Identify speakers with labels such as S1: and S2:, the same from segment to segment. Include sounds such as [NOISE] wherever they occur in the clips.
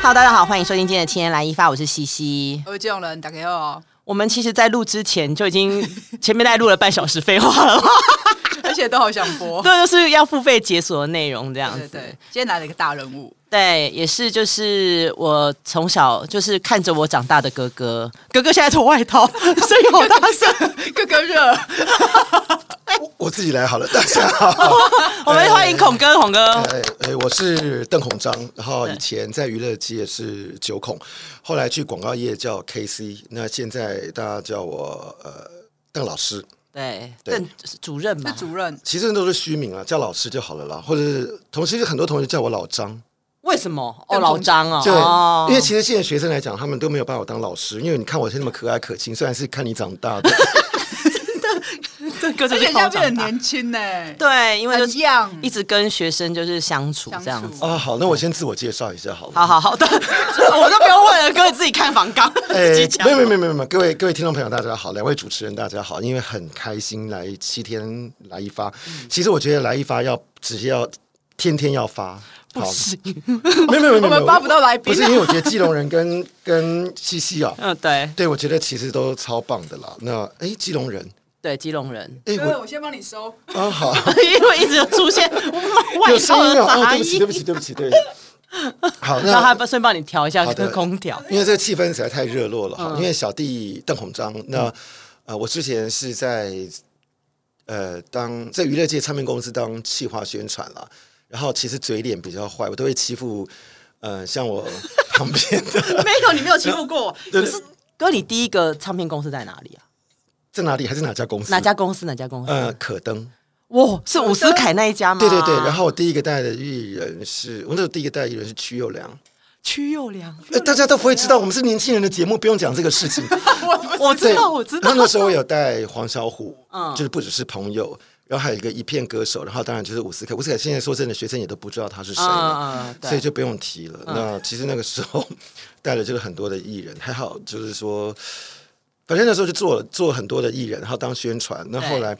S1: Hello，大家好，欢迎收听今天的《七年来一发》，我是西西。
S2: 我这种人大概哦，
S1: 我们其实，在录之前就已经 [LAUGHS] 前面大概录了半小时废话 [LAUGHS] 了，
S2: 而且都好想
S1: [LAUGHS]
S2: 播。
S1: 对，就是要付费解锁的内容这样
S2: 对
S1: 子。
S2: 对对，今天来了一个大人物，
S1: 对也是就是我从小就是看着我长大的哥哥，哥哥现在脱外 [LAUGHS] 套，声音好大声。
S2: [LAUGHS] 哥哥热，
S3: 我我自己来好了，大家好。
S1: 我们欢迎孔哥，孔哥。
S3: 哎哎，我是邓孔章，然后以前在娱乐界是九孔，后来去广告业叫 KC，那现在大家叫我呃邓老师，
S1: 对，
S3: 对
S1: 邓主任嘛
S2: 是，主任，
S3: 其实都是虚名啊，叫老师就好了啦。或者是同时很多同学叫我老张，
S1: 为什么？哦，
S2: 邓
S1: 老
S2: 孔
S1: 张哦，
S3: 对，
S1: 哦
S3: 因为其实现在学生来讲，他们都没有把我当老师，因为你看我是那么可爱可亲，虽然是看你长大的，
S1: [LAUGHS] 这哥
S2: 而
S1: 就是
S2: 且
S1: 靠
S2: 现在
S1: 我
S2: 变得
S1: 长
S2: 很
S1: 大。
S2: 年轻呢，
S1: 对，因为就是
S2: 很样
S1: 一直跟学生就是相处
S2: 相
S1: 这样子。
S2: 处。
S3: 啊。好，那我先自我介绍一下好了。
S1: 好好好的， [LAUGHS] 我都不用问了，哥你自己看房
S3: [LAUGHS]
S1: 纲， [LAUGHS] 自己讲
S3: 哎没。有没有没有没有没有，各位各位听众朋友，大家好，两位主持人大家好，因为很开心来七天来一发，其实我觉得来一发要直接要天天要发，好，没有没有没有没
S2: 我
S3: 有，
S2: 们发不到来
S3: 不
S2: 宾啊
S3: 是，因为我觉得基隆人跟跟西西啊，
S1: 嗯，对
S3: 对我觉得其实都超棒的啦。那哎，基隆人，，
S1: 对，基隆人 [LAUGHS]
S3: 哎
S2: 哥哥，
S3: 我
S2: 呃我先帮你收。
S3: 啊好，
S1: 因为一直有出现外
S3: 有声
S1: 套
S3: 音
S1: 的
S3: 啊，哦
S1: 杂音
S3: 对不起对不，起对不起对，好
S1: 然后他。
S3: 那
S1: 顺便帮你调一下
S3: 好的
S1: 空调。
S3: 因为这个气氛实在太热络了
S1: 嗯
S3: 哈。因为小弟邓鸿章，那呃，我之前是在呃当在娱乐界唱片公司当企划宣传啦，然后其实嘴脸比较坏，我都会欺负呃
S1: [LAUGHS]
S3: 像我旁边的
S2: 没有，你没有欺负 [LAUGHS] 过我。
S1: 可是哥，你第一个唱片公司在哪里啊？
S3: 在哪里还是哪家公司？
S1: 哪家公司？哪家公
S3: 嗯呃
S1: 司？
S3: 可登，
S1: 哇，是伍思凯那一家吗？
S3: 对对对。然后我第一个带的艺人是，我那时候第一个带的艺人是曲佑良。
S1: 曲佑良，
S3: 呃大家都不会知道，我们是年轻人的节目，不用讲这个事情。
S1: 我知
S3: [LAUGHS] 对，
S1: 道，我知道
S3: 然。后那时候我有带黄小虎，
S1: 嗯
S3: 就是不只是朋友，然后还有一个一片歌手，然后当然就是伍思凯。伍思凯现在说真的，学生也都不知道他是谁
S1: 嗯
S3: 了，
S1: 嗯嗯对嗯
S3: 所以就不用提了。那其实那个时候带了就是很多的艺人，还好就是说，反正那时候就做了做很多的艺人，然后当宣传。那
S1: 对
S3: 后来。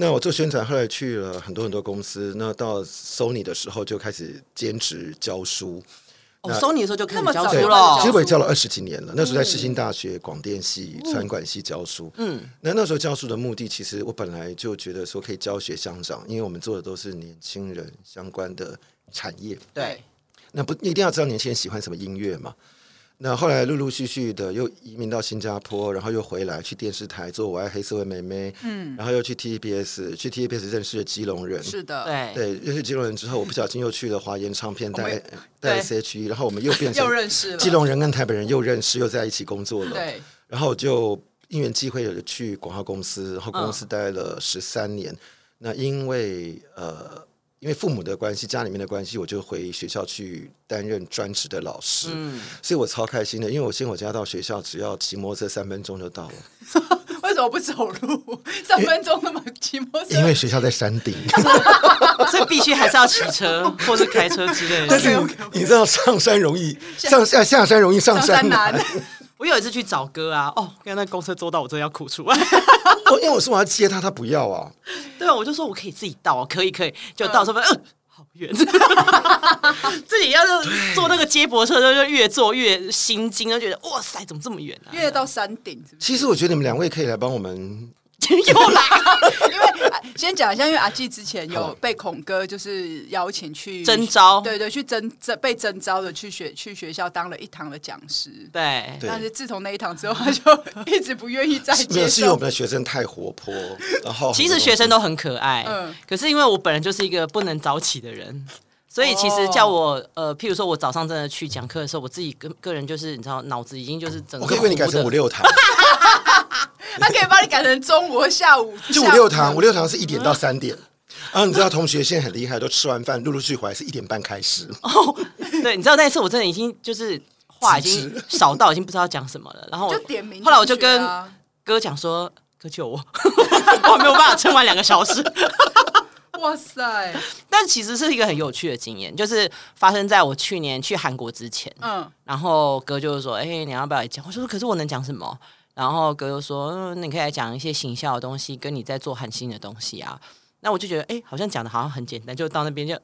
S3: 那我做宣传，后来去了很多很多公司。那到 Sony 的时候，就开始兼职教书。
S1: 我收哦你的时候就开
S2: 那
S1: 始
S2: 么
S1: 教
S2: 早
S1: 书
S2: 就
S1: 了
S3: 其
S2: 开
S3: 实
S2: 始。
S3: 我也教了二十几年了，那时候在世新大学广电系、传管系教书。嗯，那那时候教书的目的，其实我本来就觉得说可以教学相长，因为我们做的都是年轻人相关的产业。
S1: 对，
S3: 那不一定要知道年轻人喜欢什么音乐嘛。那后来陆陆续续的又移民到新加坡，然后又回来去电视台做《我爱黑社会妹妹》，嗯，然后又去 TBS，去 TBS 认识了基隆人，
S2: 是的，
S1: 对
S3: 对，认识基隆人之后，我不小心又去了华研唱片，带带
S1: 对
S3: SHE，然后我们又变成
S2: 又认识了。
S3: 基隆人跟台北人又认识，又在一起工作了。
S2: 对，
S3: 然后就因缘际会有去广告公司，然后公司待了十三年。那因为呃，因为父母的关系，家里面的关系，我就回学校去担任专职的老师。
S2: 嗯
S3: 所以我超开心的，因为我先我家到学校只要骑摩托车三分钟就到了，
S2: 为什么不走路？三分钟那么骑摩托车
S3: 因为学校在山
S2: [LAUGHS]
S3: 顶。
S2: 哦
S1: [LAUGHS] 所以必须还是要骑车或是开车之类的。
S3: [LAUGHS] 但是你你知道上山容易，上下下山容易上
S2: 上
S3: 山
S2: 山
S3: 难
S2: [LAUGHS]
S3: [LAUGHS]
S2: 难。。
S1: 我有一次去找哥啊，哦，跟那公车坐到我真的要哭出来。
S3: 我哦因为我说我要接他，他不要啊。
S1: 对啊，我就说我可以自己到，可以可以，就到时候发现嗯。好远， [LAUGHS] 自己要是坐那个接驳车，就就越坐越心惊，就觉得哇塞，怎么这么远啊？
S2: 越到山顶，是不
S3: 其实我觉得你们两位可以来帮我们
S1: [LAUGHS] 又来
S2: 是？因为啊先讲一下，因为阿纪之前有
S3: 好
S2: 被孔哥就是邀请去
S1: 征招，
S2: 对对，去征征被征招的去学去学校当了一堂的讲师，
S1: 对
S3: 对
S2: 但是自从那一堂之后，他就一直不愿意再
S3: [LAUGHS] 没
S2: 接
S3: 有，是因为我
S2: 受
S3: 们。的学生太活
S1: [LAUGHS]
S3: 泼，然后
S1: 其实学生
S3: 都
S1: 都很可爱，
S2: 嗯
S1: 可是因为我本人就是一个不能早起的人，所以其实叫我呃，譬如说我早上真的去讲课的时候，我自己个个人就是你知道，脑子已经就是整个
S3: 我可以为你改
S1: 糊的
S3: 成五六
S1: [LAUGHS]
S3: 堂，
S2: 他可以把你改成中午或下午，
S3: 就五
S2: 下午
S3: 六堂，五六堂是一点到
S1: [LAUGHS]
S3: 三点。然后你知道同学现在很厉害，都吃完饭陆陆续续回来是一点半开始，
S1: 哦对，你知道那一次我真的已经就是话已经少到已经不知道讲什么了，然后我
S2: 就点名进去啊。
S1: 后来我就跟哥讲说。哥救我！ [LAUGHS] 我没有办法撑完两个小时，
S2: 哇塞，
S1: 但其实是一个很有趣的经验，就是发生在我去年去韩国之前。
S2: 嗯，
S1: 然后哥就是说：“哎、你要不要来讲？”我就说：“可是我能讲什么？”然后哥就说：“嗯，你可以来讲一些行销的东西，跟你在做韩星的东西啊。”那我就觉得，哎、好像讲的好像很简单，就到那边就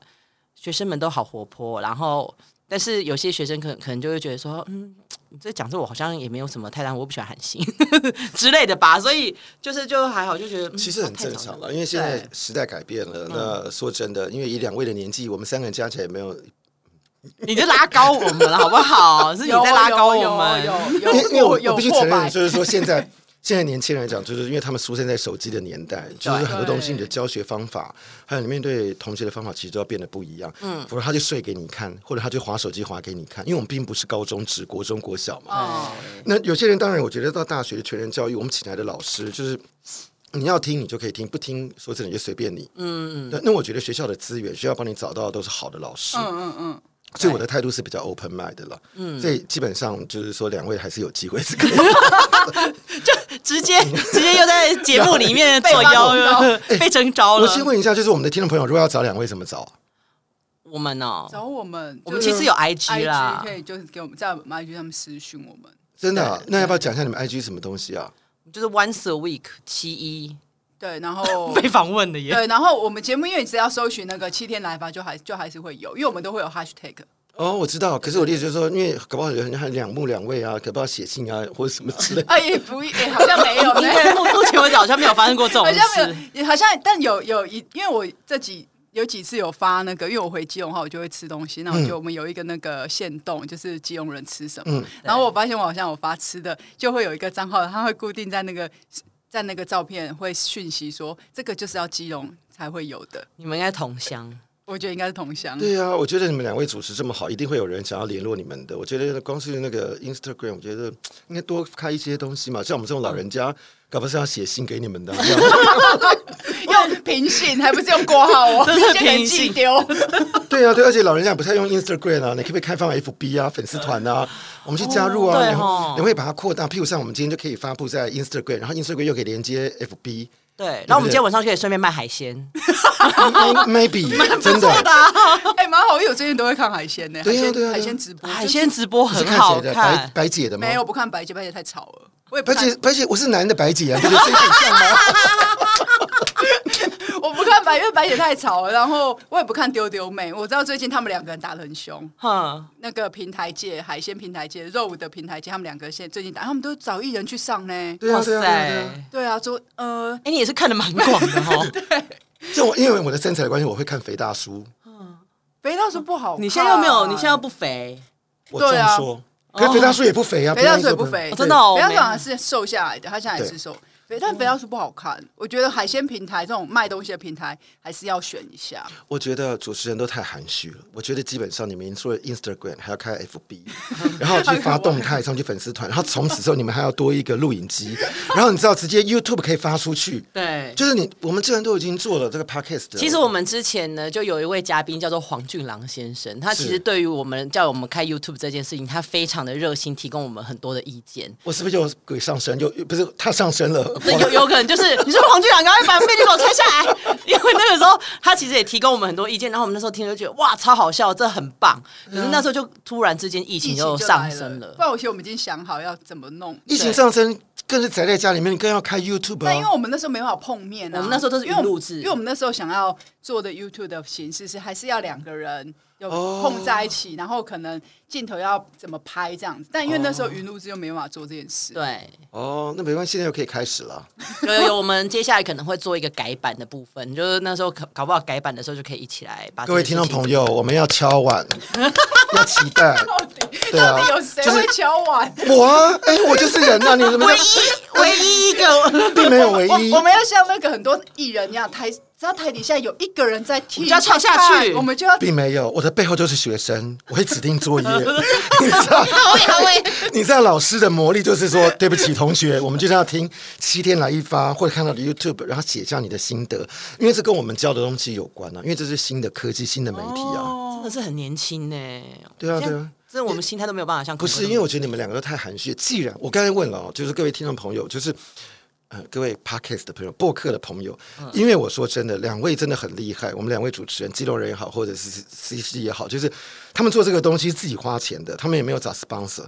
S1: 学生们都好活泼，然后但是有些学生可能可能就会觉得说，嗯，你这讲这我好像也没有什么太大，我不喜欢韩信 [LAUGHS] 之类的吧，所以就是就还好，就觉得、嗯
S3: 其实很
S1: 太早嗯
S3: 正常了，啊因为现在
S2: 对
S3: 时代改变了。那说真的，因为以两位的年纪，我们三个人加起来也没有
S1: 你就拉高我们了好不好？是你
S2: 有
S1: 在拉高
S2: 有
S1: 我们，
S2: 有
S3: 因为因为
S2: 有
S3: 我
S2: 有
S3: 我必须
S2: 过
S3: 承认，
S2: 百
S3: 就是说现在现在年轻人来讲，就是因为他们出生在手机的年代，就是很多东西你的教学方法，还有你面对同学的方法，其实都要变得不一样。嗯，不然他就睡给你看，或者他就划手机划给你看，因为我们并不是高中只国中国小嘛。
S2: 哦，
S3: 那有些人当然，我觉得到大学的全人教育，我们请来的老师就是。你要听你就可以听，不听说真的就随便你。嗯嗯。那那我觉得学校的资源，学校帮你找到的都是好的老师。
S2: 嗯嗯嗯，
S3: 所以我的态度是比较 open mind 的了，嗯，所以基本上就是说，两位还是有机会 [LAUGHS] 是可以。
S1: 直接 [LAUGHS] 直接又在节目里面
S2: [LAUGHS] 被
S1: 做邀
S2: 挖到
S1: 约， [LAUGHS] 被征招
S3: 我
S1: 了。
S3: 先问一下，就是我们的听众朋友，如果要找两位怎么找？
S1: 我们哦，
S2: 找我们，
S1: 我们
S2: 就
S1: 其
S2: 是
S1: 实有
S2: IG
S1: IG 啦
S2: 可，以就是给我们在我们 IG 上面私讯我们。
S3: 真的啊、那要不要讲一下你们 IG 什么东西啊？
S1: 就是 once a week 七一
S2: 对，然后
S1: 被访问的耶。
S2: 对，然后我们节目因为你只要搜寻那个七天来吧，就还就还是会有，因为我们都会有 hashtag。
S3: 哦，我知道，可是我的意思就是说，因为搞不好有人还两目两位啊，搞不好写信啊或者什么之类的。
S2: 啊，也不也、好像没有
S1: [LAUGHS] 因
S2: 呢，
S1: 为目目前为止好像没有发生过这种
S2: 好像没有
S1: 事，，
S2: 也好像但有有一，因为我这几有几次有发那个，因为我回基隆的话，我就会吃东西，那我就我们有一个那个限动，就是基隆人吃什么，然后我发现我好像我发吃的，就会有一个账号，它会固定在那个在那个照片会讯息说，这个就是要基隆才会有的，
S1: 你们应该同乡。
S2: 我觉得应该是同乡。
S3: 对啊，我觉得你们两位主持这么好，一定会有人想要联络你们的。我觉得光是那个 Instagram，我觉得应该多开一些东西嘛。像我们这种老人家，搞不好是要写信给你们的啊。这样
S2: 用平信，还不是用括号哦，
S1: 真的
S2: 先给
S1: 平信
S2: 寄丢。
S3: 对啊，对，而且老人家也不太用 Instagram 啊，你可不可以开放 FB 啊、粉丝团啊，我们去加入啊，
S1: 哦对哦
S3: 然后你会把它扩大。譬如像我们今天就可以发布在 Instagram，然后 Instagram 又可以连接 FB，
S1: 对，然后我们今天晚上就可以顺便卖海鲜，
S3: 嗯 maybe 真的。
S2: [LAUGHS] 哎，蛮好，因为我最近都会看海鲜呢，海
S3: 对啊
S2: 鲜
S3: 对啊对啊哦
S2: 海鲜直播，
S1: 海鲜直播
S3: 你是
S1: 很
S3: 看
S1: 好
S3: 谁的？白
S1: 看。
S3: 白姐的吗？
S2: 没有，不看白姐，白姐太吵了。我也不
S3: 白
S2: 看
S3: 姐，，白姐，我是男的白姐啊，不觉得这个很像吗？
S2: 我不看白，因为白姐太吵了。然后我也不看丢丢妹，我知道最近他们两个人打得很凶。
S1: 哼，
S2: 那个平台界、海鲜平台界、肉的平台界，他们两个现在最近打，他们都找艺人去上呢。
S3: 对啊，对啊，对啊
S1: 哎、
S3: 对啊。
S2: 对啊，说呃，
S1: 你也是看的蛮广的 [LAUGHS] 哦。
S3: 像我，因为我的身材的关系，我会看肥大叔。
S2: 肥皂说不好看，
S1: 你现在又没有，你现在又不肥，
S3: 我这
S2: 对
S3: 样
S2: 啊
S3: 说，可是肥大叔也不肥啊，
S2: 肥皂
S3: 要
S2: 水
S3: 说
S2: 不肥，
S1: 哦真的哦
S2: 肥皂水
S1: 没
S2: 好像是瘦下来的，他现在也是瘦。肥但肥皂水不好看，我觉得海鲜平台这种卖东西的平台还是要选一下。
S3: 我觉得主持人都太含蓄了。我觉得基本上你们除了 Instagram 还要开 FB，然后去发动态上去粉丝团，然后从此之后你们还要多一个录影机，然后你知道直接 YouTube 可以发出去。
S1: 对。
S3: 就是你，我们既然都已经做了这个 podcast，了
S1: 其实我们之前呢，就有一位嘉宾叫做黄俊郎先生，他其
S3: 是
S1: 实对于我们叫我们开 YouTube 这件事情，他非常的热心，提供我们很多的意见。
S3: 我是不是又鬼上身？又不是他上身了，
S1: 那有有可能就是 [LAUGHS] 你说黄俊朗，赶快把面具给我拆下来，因为那个时候他其实也提供我们很多意见，然后我们那时候听就觉得哇超好笑，这很棒。
S3: 嗯
S1: 可是那时候就突然之间疫情
S2: 疫情
S1: 又
S2: 就
S1: 上
S2: 来
S1: 升
S2: 不然我其实我们已经想好要怎么弄。
S3: 疫情上身更是宅在家里面，你更要开 YouTube
S2: 但因为
S3: 啊。
S2: 我们那时候没办法碰面啊，
S1: 我们那时候都是
S2: 因为我们
S1: 云录制
S2: 因为我们那时候想要做的 YouTube 的形式是还是要两个人有
S1: 哦
S2: 碰在一起，然后可能镜头要怎么拍这样子。但因为那时候云录制又没办法做这件事，
S1: 对，啊
S3: 哦，那没关系，现在又可以开始了。
S1: 有有有，我们接下来可能会做一个改版的部分，就是那时候搞搞不好改版的时候就可以一起来把
S3: 各位
S1: 这
S3: 听
S1: 件事情
S3: 众朋友，我们要敲碗， [LAUGHS] 要期待。对啊
S2: 到底有谁
S3: 就是
S2: 会敲碗？
S3: 我啊，哎、我就是人呐、你怎么唯一
S1: 唯 [LAUGHS] 一一个 [LAUGHS]
S3: 并没有唯一
S2: 我我们要像那个很多艺人一样，台只要台底下有一个人在替，
S1: 我们就要唱下去
S2: 我们就要
S3: [LAUGHS] 并没有，我的背后就是学生，我会指定作业。 [LAUGHS] 你知道，你知道老师的魔力就是说，对不起同学，我们就是要听七天来一发，或者看到的 YouTube，然后写下你的心得，因为这跟我们教的东西有关啊，因为这是新的科技、新的媒体啊。
S1: 真的是很年轻呢、
S3: 对啊
S1: 现在
S3: 对啊
S1: 真的我们心态都没有办法像
S3: 不是，因为我觉得你们两个都太含蓄。既然我刚才问了哦，就是各位听众朋友，就是呃，各位 podcast 的朋友、播客的朋友，因为我说真的，两位真的很厉害。我们两位主持人，激动人也好，或者是 CC 也好，就是他们做这个东西是自己花钱的，他们也没有找 sponsor。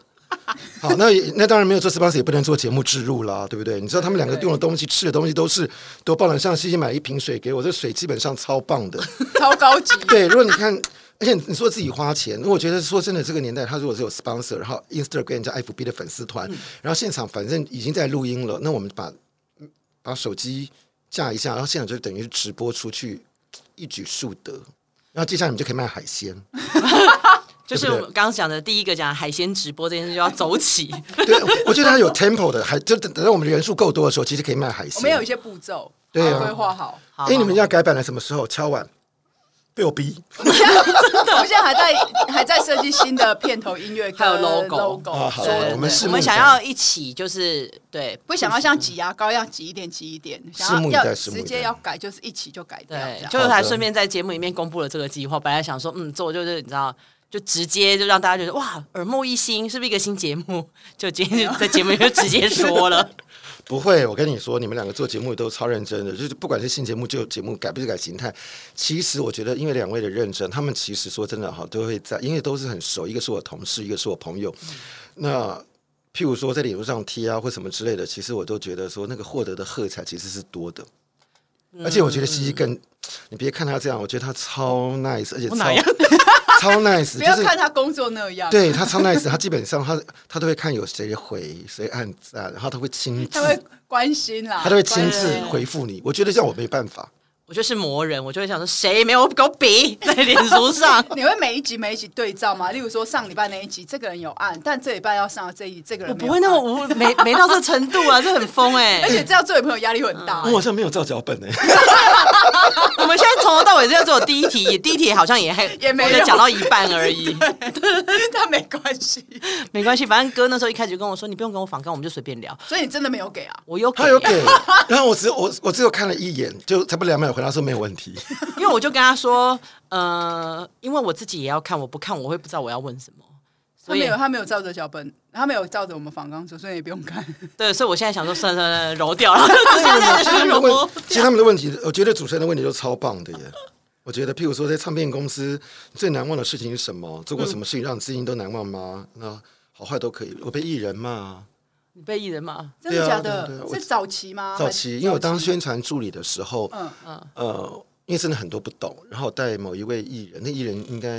S3: 好，那也那当然没有做 sponsor 也不能做节目植入啦，对不对？你知道他们两个用的东西、吃的东西都是多棒的，像西西买一瓶水给我，这水基本上超棒的。
S2: 超高
S1: [LAUGHS]
S2: 级。 [LAUGHS]
S3: 对，如果你看，而且你说自己花钱，我觉得说真的，这个年代他如果是有 sponsor，然后 Instagram 加 FB 的粉丝团，然后现场反正已经在录音了，那我们把把手机架一下，然后现场就等于是直播出去，一举数得。然后接下来你们就可以卖海鲜，
S1: 就是
S3: 对不
S1: 我
S3: 对
S1: 们刚刚讲的第一个讲海鲜直播这件事就要走
S3: [LAUGHS]
S1: 起，
S3: 对，我我觉得它有 tempo 的，还就等等到我们人数够多的时候，其实可以卖海鲜。
S2: 我们有一些步骤，
S3: 对啊
S2: 规划好。 [LAUGHS]
S1: 好
S3: 哎、你们要改版了什么时候？敲碗，被我逼。
S2: 我们现在还在还在设计新的片头音乐，
S1: 还有 logo
S3: 啊好
S1: 对
S3: 好
S1: 对
S3: 我们
S1: 对
S3: 拭
S1: 我
S3: 目
S1: 们
S3: 以
S1: 想
S3: 待
S1: 要一起就是对
S2: 不想要像挤牙膏一样挤一点挤一点，
S3: 拭
S2: 想
S3: 目
S2: 要
S3: 以待
S2: 要
S3: 拭目以
S2: 直
S3: 待
S2: 接要改就是一起就改掉。这
S1: 对，
S2: 样
S1: 就是
S3: 好
S1: 还
S3: 的
S1: 顺便在节目里面公布了这个计划，本来想说嗯做就是你知道。就直接就让大家觉得哇耳目一新，是不是一个新节目？就今天就在节目里面就直接说了， [LAUGHS]
S3: 不会，我跟你说，你们两个做节目都超认真的，就是不管是新节目、旧节目，改不改形态，其实我觉得，因为两位的认真，他们其实说真的哈，都会在，因为都是很熟，一个是我同事，一个是我朋友。
S2: 嗯
S3: 那譬如说在脸书上贴啊或什么之类的，其实我都觉得说那个获得的喝彩其实是多的，
S2: 嗯
S3: 而且我觉得西西更，你别看他这样，我觉得他超 nice，而且
S1: 哪样
S3: [LAUGHS] 超超 nice，
S2: 不要
S3: 就是
S2: 看他工作那样，
S3: 对他超 nice，他基本上他他都会看有谁回谁按赞，然后他会亲自
S2: 他，会关心啦，
S3: 他都会亲
S2: 关
S3: 自
S2: 心
S3: 回复你。我觉得这样我没办法，
S1: 我就是魔人，我就会想说谁没有狗比在脸书上，
S2: 你会每一集每一集对照吗？例如说上礼拜那一集，这个人有按，但这礼拜要上这一集，这个
S1: 我
S2: 人没
S1: [LAUGHS] 不
S2: 有
S1: 会那么
S2: 按，
S1: 无没没到这程度啊，这很疯哎、
S2: 而且这样做，朋友压力会很大、
S1: 嗯
S3: 我好像没有照脚本哎、
S1: 我们现在从头到尾这样只有第一题，也第一题好像也还
S2: 也没有
S1: 我就讲到一半而已，
S2: [LAUGHS] 但没关系，
S1: 没关系，反正哥那时候一开始就跟我说，你不用跟我反刚，我们就随便聊。
S2: 所以你真的没有给啊？
S1: 我有给
S3: [LAUGHS] 他有 [LAUGHS] 给，然后我只我我只有看了一眼，就差不多两秒回答说没有问 [LAUGHS] 题。
S1: 因为我就跟他说，呃，因为我自己也要看，我不看我会不知道我要问什么，
S2: 他
S1: 所
S2: 没
S1: 以
S2: 有，他没有照着脚本，他没有照着我们访纲做，所以也不用看。
S1: 对，所以我现在想说，算了算了，揉掉了，直接在
S3: 其实
S1: 那
S3: 他
S1: 边
S3: 们的
S1: 揉
S3: 问，。其实他们的问题，我觉得主持人的问题都超棒的耶。我觉得，譬如说，在唱片公司最难忘的事情是什么？做过什么事情让你至今都难忘吗？那好坏都可以。我被艺人骂，啊
S1: 你被艺人骂，
S2: 真的假
S3: 对啊对啊
S2: 的？
S3: 对啊
S2: 是早期吗？
S3: 早期，因为我当宣传助理的时候，
S2: 嗯
S3: 呃，因为真的很多不懂，然后带某一位艺人，那艺人应该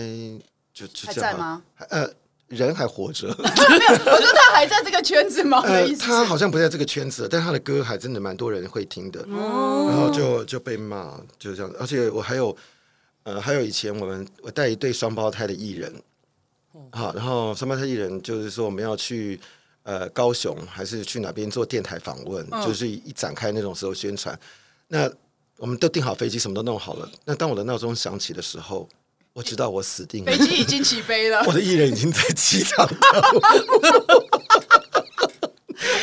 S3: 就就
S2: 还
S3: 这样
S2: 在吗？
S3: 还呃，人还活着，
S2: [LAUGHS] 没有，我说他还在这个圈子吗？我的
S3: 呃
S2: 意，思
S3: 他
S2: 是，
S3: 好像不在这个圈子了，但他的歌还真的蛮多人会听的，
S2: 哦
S3: 然后就就被骂，就这样。而且我还有呃，还有以前我们我带一对双胞胎的艺人，
S2: 哦
S3: 好，然后双胞胎艺人就是说我们要去。呃，高雄还是去哪边做电台访问，
S2: 嗯
S3: 就是一展开那种时候宣传。那我们都订好飞机，什么都弄好了。那当我的闹钟响起的时候，我知道我死定了
S2: 飞。机已经起飞了
S3: [LAUGHS] 我。的艺人已经在机场了。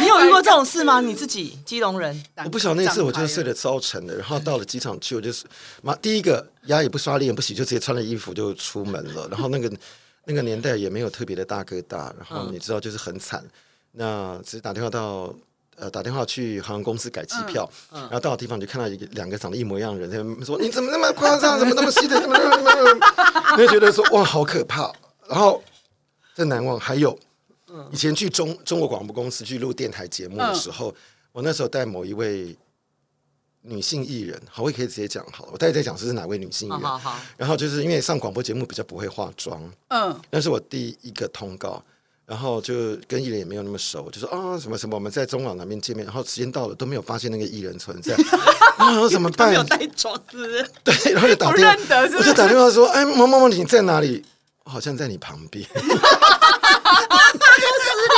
S1: 你有遇过这种事吗？你自己基隆人，
S3: 我不晓得那次我就睡
S2: 了。
S3: 得超沉的，然后到了机场去，我就是妈第一个牙也不刷，脸也不洗，就直接穿了衣服就出门了。然后那个那个年代也没有特别的大哥大，然后你知道就是很惨。那只是打电话到呃打电话去航空公司改机票，然后到了地方就看到一个两个长得一模一样的人，在那边说你怎么那么夸张，怎么那么细的，怎么那么那么，你就觉得说哇好可怕。然后这难忘还有。
S2: 嗯
S3: 以前去中中国广播公司去录电台节目的时
S2: 嗯
S3: 候，我那时候带某一位女性艺人，好，我也可以直接讲好了，我待会再讲是哪位女性艺
S1: 好
S3: 人。
S1: 好好，
S3: 然后就是因为上广播节目比较不会化妆， [LAUGHS]
S2: 嗯，
S3: 那是我第一个通告，然后就跟艺人也没有那么熟，就说啊什么什么，我们在中广那边见面，然后时间到了都没有发现那个艺人存
S2: [LAUGHS]
S3: 在，然后我说怎么
S1: 他
S3: 办
S1: 没有？带装饰，
S3: 对，然后就打电话
S2: 不认得是，不
S3: 我
S2: 是
S3: 就打电话说，哎，某某某你在哪
S2: [LAUGHS]
S3: 里？好像在你旁边。
S1: 失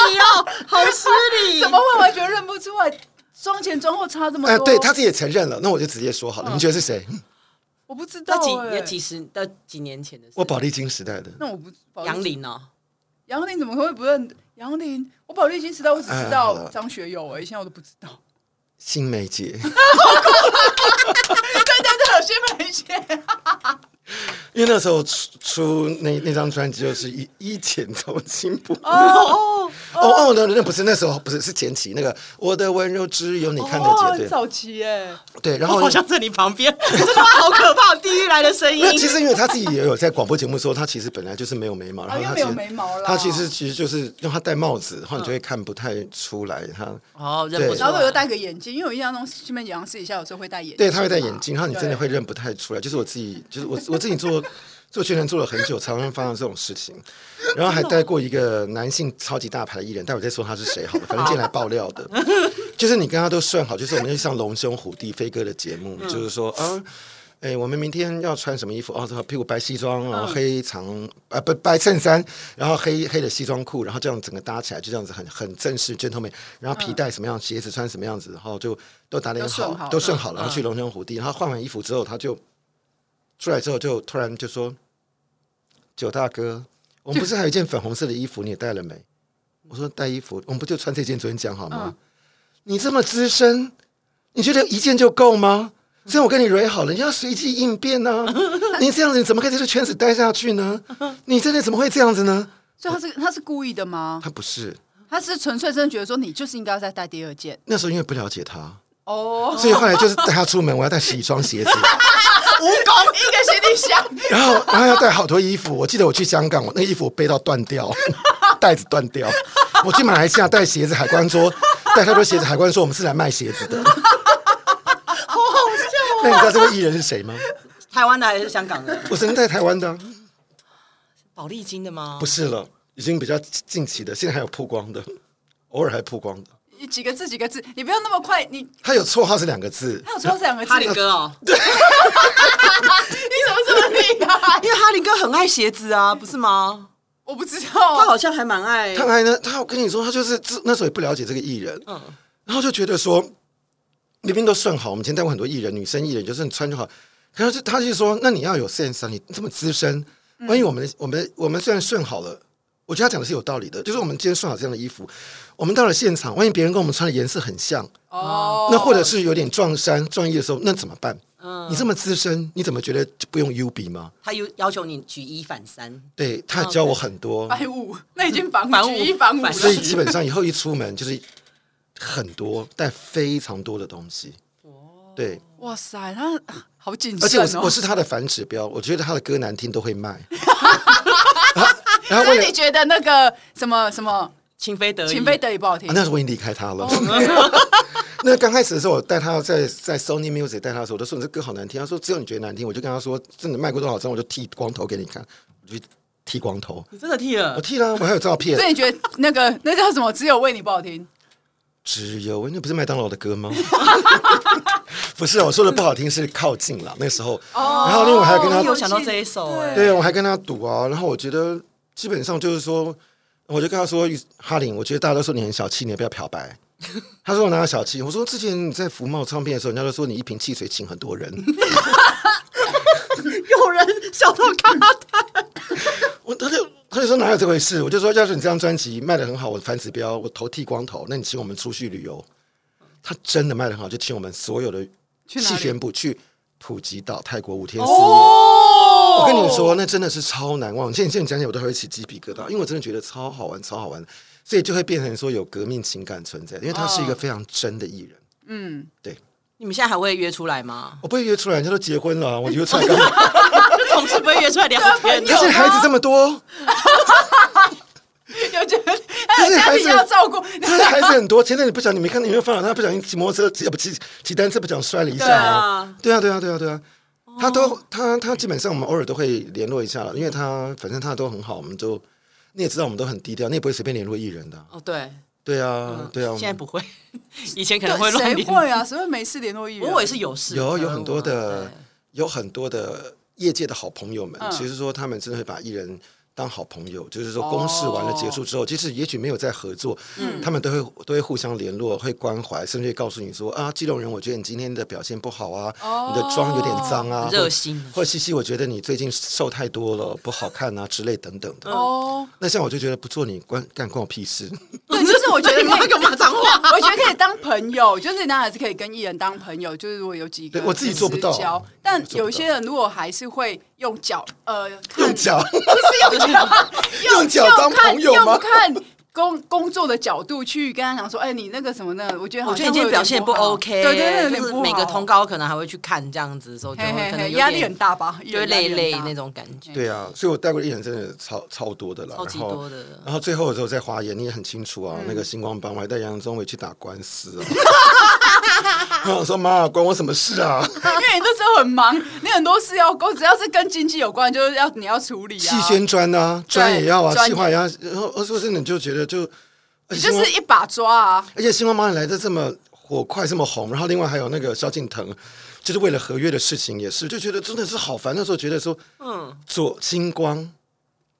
S1: 礼哦，好失
S2: [LAUGHS]
S1: 礼
S2: 怎么会完全认不出来？妆前妆后差这么
S3: 哎，
S2: 多？嗯
S3: 对他自己也承认了，那我就直接说好了，你们觉得是谁？
S2: 我不知道
S1: 那几
S2: 哎
S1: 也几十到几年前的事，
S3: 我宝丽金时代的，
S2: 那我不保
S1: 杨林哦，
S2: 杨林怎么会不认杨林？我保利金时代我只知
S3: 哎好
S2: 道
S3: 了
S2: 张学友哎，现在我都不知道。 [LAUGHS]
S3: 新梅姐，
S2: 对对对，先
S3: [LAUGHS]
S2: 买一些。
S3: 因为那时候出出那那张专辑就是一一剪从新不
S2: 哦哦，
S3: 哦哦，那那不是那时候不是是前期那个我的温柔只有你看得
S2: 哇，
S3: 见，
S2: 很
S3: 对
S2: 哦早期哎，
S3: 对，然
S1: 我
S3: 后
S1: 好像在你旁 [LAUGHS] 边，这句话好可怕，地狱来的声音
S3: 那。
S1: [LAUGHS]
S3: 其实因为他自己也有在广播节目说，他其实本来就是没有眉毛，然后
S2: 哦又
S3: 他
S2: 没
S3: 其
S2: 有
S3: 实
S2: 眉毛啦
S3: 他其实其实就是因为他戴帽子，然后你就会看不太出来他。
S1: 哦，认不出
S2: 然后我
S1: 来
S2: 又。戴个眼镜，因为我印象中西门杨私底下有时候会戴眼镜，
S3: 对，他会戴眼镜，然后你真的会认不太出来。就是我自己，就是我我自己做做宣传做了很久，常常发生这种事情。然后还带过一个男性超级大牌的艺人，待会再说他是谁好了，反正进来爆料的， [LAUGHS] 就是你跟他都算好，就是我们就上龙兄虎弟飞哥的节目，就是说啊。哎、我们明天要穿什么衣服？哦，屁股白西装，然后黑长啊不白衬衫，然后黑黑的西装裤，然后这样整个搭起来就这样子很很正式 gentleman，然后皮带什么样，鞋子穿什么样子，然后就都打点
S2: 都顺
S3: 好，
S2: 好
S3: 都顺好了，然后去龙兄虎弟，然后换完衣服之后，他就出来之后就突然就说：“九大哥，我们不是还有一件粉红色的衣服，你也带了没？”我说：“带衣服，我们不就穿这件昨天讲好吗？”你这么资深，你觉得一件就够吗？这样我跟你蕊好了，你要随机应变呢、
S2: [LAUGHS]
S3: 你这样子你怎么可以在这圈子待下去呢？你真的怎么会这样子呢？
S2: 所以他是他是故意的吗？
S3: 他不是
S2: 他是纯粹真的觉得说你就是应该要再戴第二件
S3: 那时候因为不了解他，
S2: 哦，
S3: 所以后来就是带他出门，我要带十一双鞋
S2: [LAUGHS]
S3: 子，
S2: 蜈 [LAUGHS] 蚣一个行李箱，
S3: 然后然后要带好多衣服。我记得我去香港，我那个衣服我背到断
S2: [LAUGHS]
S3: 掉，带子断掉。我去马来西亚带鞋子，海关说带太多鞋子，海关说我们是来卖鞋子的。
S2: [LAUGHS] 好啊好笑。
S3: 那你知道这位艺人是谁吗？
S1: 台湾的还是香港的？
S3: 我曾经在台湾的啊、
S1: 宝丽金的吗？
S3: 不是了，已经比较近期的，现在还有曝光的，偶尔还曝光的。
S2: 几个字几个字，你不要那么快，你
S3: 他有绰号是两个字，
S2: 还有说这两个字，
S1: 哈
S2: 你
S1: 林
S2: 怎
S1: 哥哦，
S2: 么这么厉害？
S1: 因为哈林哥很爱鞋子啊，不是吗？
S2: 我不知道，
S1: 他好像还蛮爱。
S3: 看来呢，他我跟你说，他就是自那时候也不了解这个艺人，
S1: 嗯
S3: 然后就觉得说，明明都算好，我们以前带过很多艺人，女生艺人就是你穿就好。可是他就说，那你要有 sense 啊，你这么资深，
S2: 嗯
S3: 万一我们、我们我们虽然顺好了，我觉得他讲的是有道理的，就是我们今天顺好这样的衣服，我们到了现场，万一别人跟我们穿的颜色很像，
S2: 哦，
S3: 那或者是有点撞衫撞衣的时候，那怎么办？
S2: 嗯
S3: 你这么资深，你怎么觉得就不用 U 比吗？
S1: 他有要求你举一反三，
S3: 对他也教我很多，
S2: 反五，那已经反
S1: 反
S2: 五
S1: 五
S2: 举一反五了
S1: 反，
S3: 所以基本上以后一出门就是很多，带非常多的东西。对，
S2: 哇塞，他好谨
S3: 而且
S2: 慎
S3: 我是我
S2: 哦。
S3: 是他的反指标，我觉得他的歌难听都
S2: [LAUGHS]
S3: 会卖。然后然后
S2: 所
S3: 为
S2: 以
S3: 了、
S2: 你觉得那个什么什么
S1: 情非得已。
S2: 情非得已不好听
S3: 啊？那时候我已经离开他了。 [LAUGHS] 那刚开始的时候，我带他在在 Sony Music 带他的时候，我就说你这歌好难听。他说只有你觉得难听，我就跟他说真的卖过多少张，我就剃光头给你看，我就剃光头，
S1: 你真的剃了
S3: 我？剃了，我还有照片
S2: 所。以你觉得那个那叫什么？只有为你不好听，
S3: 只有那不是麦当劳的歌吗？ [LAUGHS] 不是，我说的不好听是靠近了那时候。然后另外还要跟他
S1: 哦有想到这一首哎
S3: 对，我还跟他赌啊。然后我觉得基本上就是说，我就跟他说：“哈林，我觉得大家都说你很小气，你要不要漂白？” [LAUGHS] 他说：“我哪有小气？”我说：“之前你在福茂唱片的时候，人家都说你一瓶汽水请很多人。 [LAUGHS]
S1: 有人笑到看他
S3: 我”他就他就说哪有这回事？我就说：“要是你这张专辑卖的很好，我反指标，我头剃光头，那你请我们出去旅游。”他真的卖的很好，就请我们所有的
S2: 去哪
S3: 气
S2: 里哦
S3: 旋部去普吉岛、泰国五天四夜。哦我跟
S1: 哦
S3: 你说，那真的是超难忘。现在现在讲起来，我都还会起鸡皮疙瘩，因为我真的觉得超好玩，超好玩，所以就会变成说有革命情感存在，因为他是一个
S1: 嗯
S3: 非常真的艺人。嗯，对，
S1: 你们现在还会约出来吗？
S3: 我不会约出来，人家都结婚了，啊我约出来干
S1: [LAUGHS]
S3: 嘛？
S1: 就 [LAUGHS] 同事不会约出来聊天
S3: 而且孩子这么多，
S2: 有觉得哎
S3: 是
S2: 家
S3: 还
S2: 庭
S3: 是
S2: 要照顾，
S3: 就是孩子很多。前阵子不小心，你没看到有没有发现他不小心骑摩托车，呃不骑骑单车不小心摔了一下哦？对啊，对啊，对啊，对啊。他
S1: 哦
S3: 都他他基本上我们偶尔都会联络一下了，因为他反正他都很好，我们就你也知道我们都很低调，你也不会随便联络艺人的啊。
S1: [LAUGHS] 哦，对，
S3: 对啊，对啊，我们
S1: 嗯现在不会， [LAUGHS] 以前可能会
S2: 对
S1: 乱
S2: 谁
S1: 连。
S2: 会啊？谁会没事联络艺
S1: 不
S2: 人？
S1: 过我也是有事，
S3: 有
S1: 可能
S3: 有很多
S1: 我
S3: 的
S1: 啊对，嗯
S3: 有很多的业界的好朋友们，其实说他们真的会把艺人当好朋友，就是
S1: 哦
S3: 说公事完了结束之后，即使也许没有再合作，
S1: 嗯
S3: 他们都会都会互相联络，会关怀，甚至会告诉你说啊，激动人，我觉得你今天的表现不好啊，你的妆有点脏
S1: 很
S3: 啊，
S1: 哦热心
S3: 或或西西，我觉得你最近瘦太多了，不好看啊之类等等的。
S2: 哦，
S3: 那像我就觉得不做你关干关我屁事， [LAUGHS]
S2: [LAUGHS] 对，就是我觉得
S1: [LAUGHS] 你妈
S2: 可以
S1: 给我骂脏话。
S2: 我觉得可以当朋友，就是男孩子可以跟艺人当朋友，就是如果有几个
S3: 对我自己做不到
S2: 私交但有些人如果还是会用 [LAUGHS] 脚，呃，看
S3: 用脚
S2: 不是用脚，
S3: [LAUGHS] 用脚当
S2: 看
S3: 朋友吗
S2: 用看工工作的角度去跟他讲说，哎、你那个什么呢？我觉得好
S1: 我觉得
S2: 像
S1: 你今天表现不
S2: 会有点不好
S1: OK，
S2: 对对对，有点
S1: 就是
S2: 不好
S1: 每个通告可能还会去看这样子的时候，就
S2: 嘿
S1: 会
S2: 嘿
S1: 可能
S2: 嘿，
S1: 有
S2: 压力
S1: 点
S2: 很大吧，
S1: 就会
S2: 压
S1: 累
S2: 力很
S1: 累
S2: 大
S1: 那。种感觉，
S3: 对啊，所以我带过的艺人真的超超多的了，
S1: 哎超级
S3: 然后
S1: 多的。
S3: 然后最后的时候在华研，你也很清楚啊，那个星光帮我还带杨宗纬去打官司啊。 [LAUGHS] 然后我说妈，关我什么事
S2: [LAUGHS]
S3: 啊？
S2: 因为你那时候很忙，你很多事要沟，只要是跟经济有关，就是要你要处理啊。
S3: 气宣专啊，专也要啊，
S2: 专
S3: 气化也要。然后而呃说真的，你就觉得就，呃而
S2: 你
S3: 且
S2: 就
S3: 星光
S2: 是一把抓啊，
S3: 而且星光马你来的这么火快，这么红，然后另外还有那个萧敬腾，就是为了合约的事情也是，就觉得真的是好烦。那时候觉得说，
S1: 嗯，
S3: 左星光，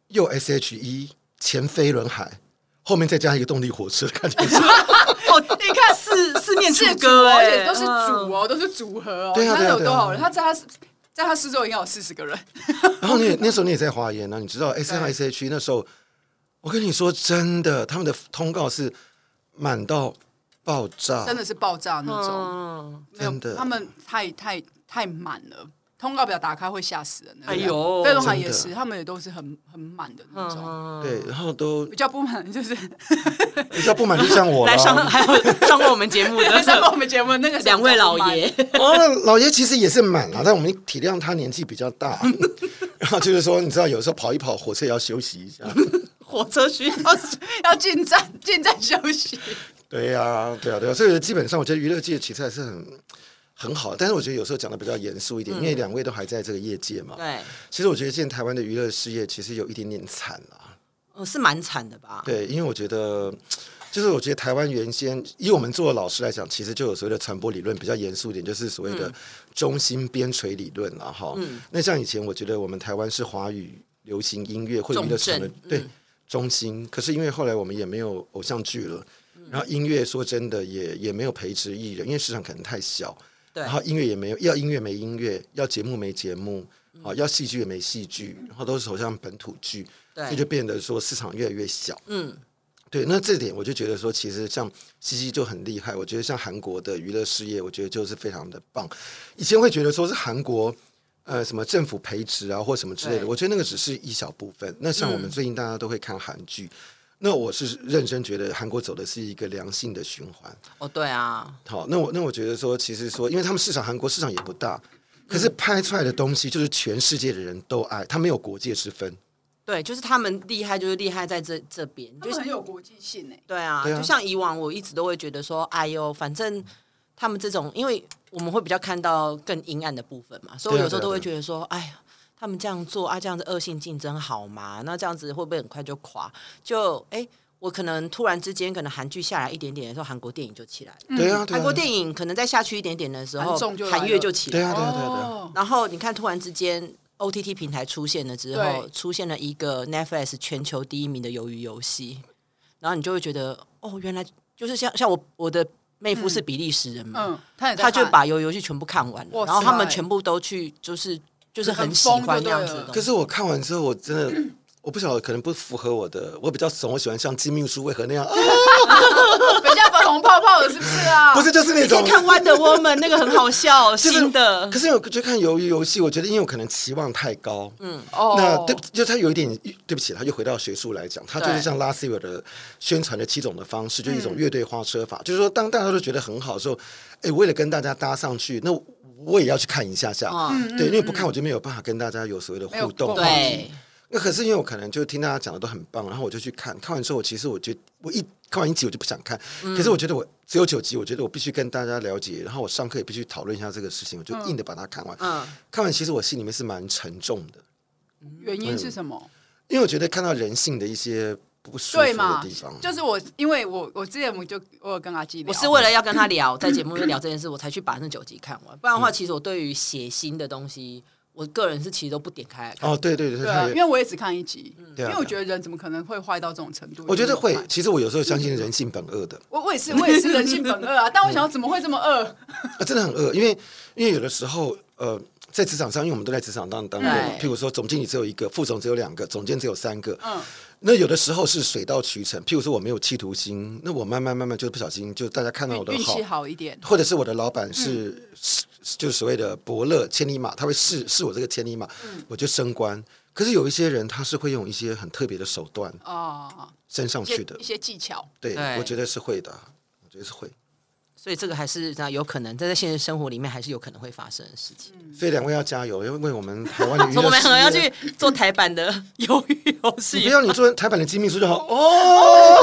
S3: 右 S H E，前飞轮海，后面再加一个动力火车，感
S2: [LAUGHS]
S3: 觉是
S1: 哦， [LAUGHS] 你看四四面楚
S2: 是组
S1: 歌
S2: 哦而
S1: 哎，
S2: 且都是
S1: 嗯
S2: 组哦，都是组合哦。
S3: 对啊
S2: 他
S3: 对啊
S2: 有
S3: 对啊
S2: 多少人？他在他在他四周应该有四十个人。
S3: 然后你也那时候你也在华研啊，你知道 S N
S2: [LAUGHS] 对
S3: S H E 那时候，我跟你说真的，他们的通告是满到爆炸，
S2: 真的是爆炸那种，
S1: 嗯，
S2: 没有
S3: 真的
S2: 他们太太太满了，通告表打开会吓死人的。
S1: 哎呦
S2: 飞龙海也
S3: 真的
S2: 是，他们也都是很很满的那种。
S1: 嗯
S3: 对，然后都
S2: 比较不满就是
S1: [LAUGHS]
S3: 比较不满就像我
S1: 来上
S3: 啦。
S1: 还有上过我们节目
S2: 上过我
S1: 的
S2: 们节目那个
S1: 两位老
S2: [LAUGHS]
S1: 爷，
S3: [LAUGHS] 哦，老爷其实也是满啊了，但我们体谅他年纪比较大， [LAUGHS] 然后就是说，你知道有时候跑一跑，火车也要休息一下。
S1: [LAUGHS] 火车需要
S2: 哦要进站进站休
S1: [LAUGHS]
S2: 息，
S3: 对呀、对啊呀、对呀、所以基本上我觉得娱乐界其实还是很很好，但是我觉得有时候讲的比较严肃一点，因为两位都还在这个业界嘛。
S1: 对，
S3: 其实我觉得现在台湾的娱乐事业其实有一点点惨啊了、
S1: 呃是蛮惨的吧？
S3: 对，因为我觉得，就是我觉得台湾原先以我们做老师来讲，其实就有所谓的传播理论比较严肃一点，就是所谓
S1: 嗯
S3: 的中心边陲理论了哈。那像以前，我觉得我们台湾是华语流行音乐或者娱乐
S1: 重
S3: 产业
S1: 镇嗯
S3: 对中心，可是因为后来我们也没有偶像剧了，
S1: 嗯
S3: 然后音乐说真的也也没有培植艺人，因为市场可能太小。
S1: 对
S3: 然后音乐也没有，要音乐没音乐，要节目没节目，
S1: 嗯
S3: 好、要戏剧也没戏剧，然后都是走向本土剧，
S1: 对
S3: 所以就变得说市场越来越小。
S1: 嗯，
S3: 对，那这点我就觉得说，其实像西西就很厉害。我觉得像韩国的娱乐事业，我觉得就是非常的棒。以前会觉得说是韩国呃什么政府培植啊或什么之类
S1: 对嗯
S3: 的，我觉得那个只是一小部分。那像我们最近大家都会看韩剧，那我是认真觉得韩国走的是一个良性的循环。
S1: 哦对啊，
S3: 好，那我那我觉得说，其实说，因为他们市场韩国市场也不大，可
S1: 嗯
S3: 是拍出来的东西就是全世界的人都爱，它没有国界之分。
S1: 嗯对，就是他们厉害，就是厉害在这这边，
S2: 就
S1: 就是是
S2: 很有国际性哎。
S1: 对啊，
S3: 对啊
S1: 就像以往我一直都会觉得说，哎呦，反正他们这种，因为我们会比较看到更阴暗的部分嘛，所以
S3: 对
S1: 我
S3: 啊
S1: 有时候
S3: 对啊
S1: 都会
S3: 对
S1: 觉得说，哎呀，他们这样做啊，这样子恶性竞争好吗？那这样子会不会很快就垮？就哎、我可能突然之间，可能韩剧下来一点点的时候，韩国电影就起来了。
S3: 对啊，对
S1: 韩
S3: 啊，
S1: 国电影可能再下去一点点的时候
S2: 韩综就，来了
S1: 韩乐就起来
S3: 对
S1: 了。
S3: 啊，对啊，对啊，对啊。
S2: 哦，
S1: 然后你看，突然之间 OTT 平台出现了之后
S2: 对，
S1: 出现了一个 Netflix 全球第一名的鱿鱼游戏，然后你就会觉得，哦，原来就是像像我我的妹夫是比利时人嘛，
S2: 嗯，他也在
S1: 他就
S2: 看
S1: 把鱿鱼游戏全部看完了，
S2: 哇塞
S1: 然后他们全部都去就是就是很喜欢这样子的东
S3: 可
S1: 西。
S3: 是我看完之后，我真
S1: [CLEARS THROAT]
S3: 的我不晓得，可能不符合我的，我比较怂，我喜欢像金秘书为何那样，啊、
S1: 哦
S2: 等一下粉红泡泡的是不是啊？
S3: 不是就是那
S1: 你可
S3: 种
S1: 以。看 Wonder Woman 那个很好笑，
S3: [LAUGHS] 就是
S1: 新的
S3: 可是我就看鱿鱼游戏，我觉得因为我可能期望太高，嗯，
S2: 哦，
S3: 那对，就他有一点对不起，他又回到学术来讲，他就是
S1: 对
S3: 像拉斯维尔的宣传的七种的方
S1: 嗯
S3: 式，就是一种乐队花车法，就是说当大家都觉得很好的时候，哎，为了跟大家搭上去，那我也要去看一下下，
S1: 嗯
S3: 对，因为不看我就没有办法跟大家有所谓的
S2: 没有
S3: 互动
S2: 共
S3: 话题，
S1: 对
S3: 那可是因为我可能就听大家讲的都很棒，然后我就去看，看完之后，我其实我觉得我一看完一集我就不想看，
S2: 嗯
S3: 可是我觉得我只有九集，我觉得我必须跟大家了解，然后我上课也必须讨论一下这个事情，我就硬的把它看完。
S1: 嗯
S3: 看完其实我心里面是蛮沉重的，
S2: 原因是什么？
S3: 因为我觉得看到人性的一些不舒服
S2: 对
S3: 的
S2: 嘛
S3: 地方，，
S2: 就是我，因为我我之前我就我有跟阿基聊，
S1: 我是为了要跟他聊，在节目里聊这件事，我才去把那九集看完。不然的话，其实我对于血腥的东西，我个人是其实都不点开来看。
S3: 哦，对对对，
S2: 对
S3: 他
S2: 啊，
S3: 也
S2: 因为我也只看一集，
S3: 对
S2: 因
S3: 啊
S2: 为我觉得人怎么可能会坏到这种程度？
S3: 我觉得会
S2: 就是我，
S3: 其实我有时候相信人性本恶的。
S2: 我我也是我也是人性本恶
S3: [LAUGHS]
S2: 啊，但我想要怎么会这么恶？
S3: 啊，真的很恶，因为因为有的时候，呃，在职场上，因为我们都在职场当当过嘛，
S1: 对
S3: 譬如说总经理只有一个，副总只有两个，总监只有三个，
S2: 嗯，
S3: 那有的时候是水到渠成，譬如说我没有企图心，那我慢慢慢慢就不小心，就大家看到我的
S2: 运
S3: 好
S2: 气，好一点，
S3: 或者是我的老
S1: 嗯
S3: 板是、
S1: 嗯
S3: 是就是所谓的伯乐千里马，他会试试我这个千里马，我就升官。可是有一些人他是会用一些很特别的手段
S2: 哦，
S3: 升上
S2: 一些
S3: 去的
S2: 一，些技巧，
S3: 对，
S1: 对
S3: 我觉得是会的，我觉得是会。
S1: 所以这个还是那有可能，在在现实生活里面还是有可能会发生的事情。
S3: 所以两位要加油，因为我们台
S1: [LAUGHS]
S3: 湾的娱
S1: 嗯所以我
S3: 乐
S1: 们
S3: 事
S1: 可能要
S3: 业
S1: 去做台版的 [LAUGHS] 鱿鱼游
S3: 你
S1: 戏
S3: 不，要你做台版的机密书就好哦。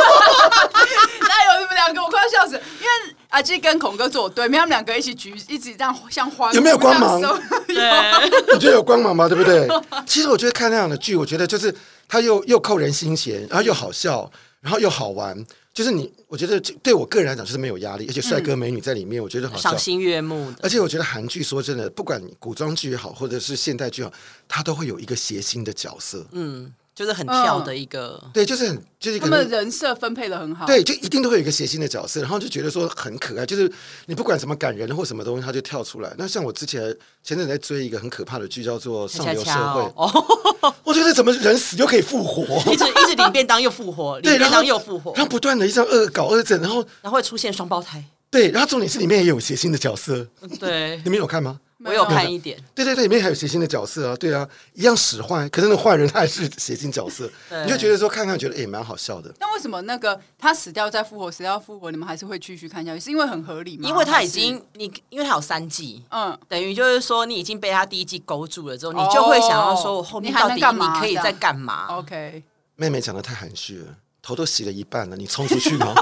S2: 那有你们两个，我快要笑死！因为阿基跟孔哥坐我对面，他们两个一起举，一直这样像花
S3: 有没有光芒
S2: 这样收
S3: [LAUGHS]
S1: 对，
S3: 我觉得有光芒吧，对不对？ [LAUGHS] 其实我觉得看那样的剧，我觉得就是它又又扣人心弦，然后又好笑，然后又好玩。就是你，我觉得这对我个人来讲就是没有压力，而且帅哥美女在里面，我觉得好笑
S1: 赏。嗯心悦目的。
S3: 而且我觉得韩剧说真的，不管古装剧也好，或者是现代剧也好，它都会有一个谐星的角色。
S1: 嗯，就是很跳的一个，
S3: 对，就是很就是
S2: 他
S3: 可
S2: 们
S3: 能
S2: 人设分配的很好，，
S3: 对，就一定都会有一个谐星的角色，然后就觉得说很可爱。就是你不管什么感人或什么东西，他就跳出来。那像我之前前阵子在追一个很可怕的剧，叫做《上
S1: 恰
S3: 流社
S1: 恰
S3: 会》
S1: 哦，哦 [LAUGHS]
S3: [LAUGHS] 我觉得怎么人死又可以复活
S1: 一？直一直领便当又复活，领
S3: 对，
S1: 便
S3: 然后
S1: 当又复活，
S3: 然后不断的一直恶搞恶整，然后
S1: 然后会出现双胞胎。
S3: 对，然后重点是里面也有谐星的角色，
S1: 嗯对，
S3: 你们有看吗？
S1: [LAUGHS] 我有
S2: 嗯没
S1: 看一点，
S3: 对对对，里面还有谐星的角色啊，对啊，一样使坏，可是那个坏人他还是谐星角色，
S1: [LAUGHS] 对
S3: 你就觉得说看看觉得也蛮好笑的。
S2: 那为什么那个他死掉再复活，死掉复活，你们还是会继续看下去？是因为很合理吗？
S1: 因为他已
S2: 还是
S1: 经你，因为他有三季。
S2: 嗯，
S1: 等于就是说，你已经被他第一季勾住了之后，你
S2: 哦
S1: 就会想要说，我后面
S2: 你还
S1: 到
S2: 能
S1: 底
S2: 干嘛
S1: 你可以
S2: 这样哦
S1: 在干
S2: 啊
S1: 嘛？
S2: OK，
S3: 妹妹讲的太含蓄了，头都洗了一半了，你冲出去吗？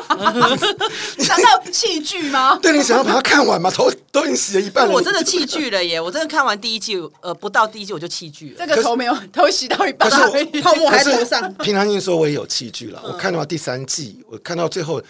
S2: 难道弃剧
S3: [LAUGHS]
S2: 吗？
S3: 对，你想要把它看完吗？头都已经洗了一半了，
S1: 哦我真的
S3: 你
S1: 弃剧了耶！我真的看完第一季，呃，不到第一季我就弃剧了
S2: 这。个头没有头洗到一半
S3: 可是我
S2: 而 [LAUGHS] 已，
S1: 泡沫
S3: 可
S1: 还
S3: 是
S1: 在头上。嗯
S3: 平常心说，我也有弃剧了。我看到第三季，我看到最后，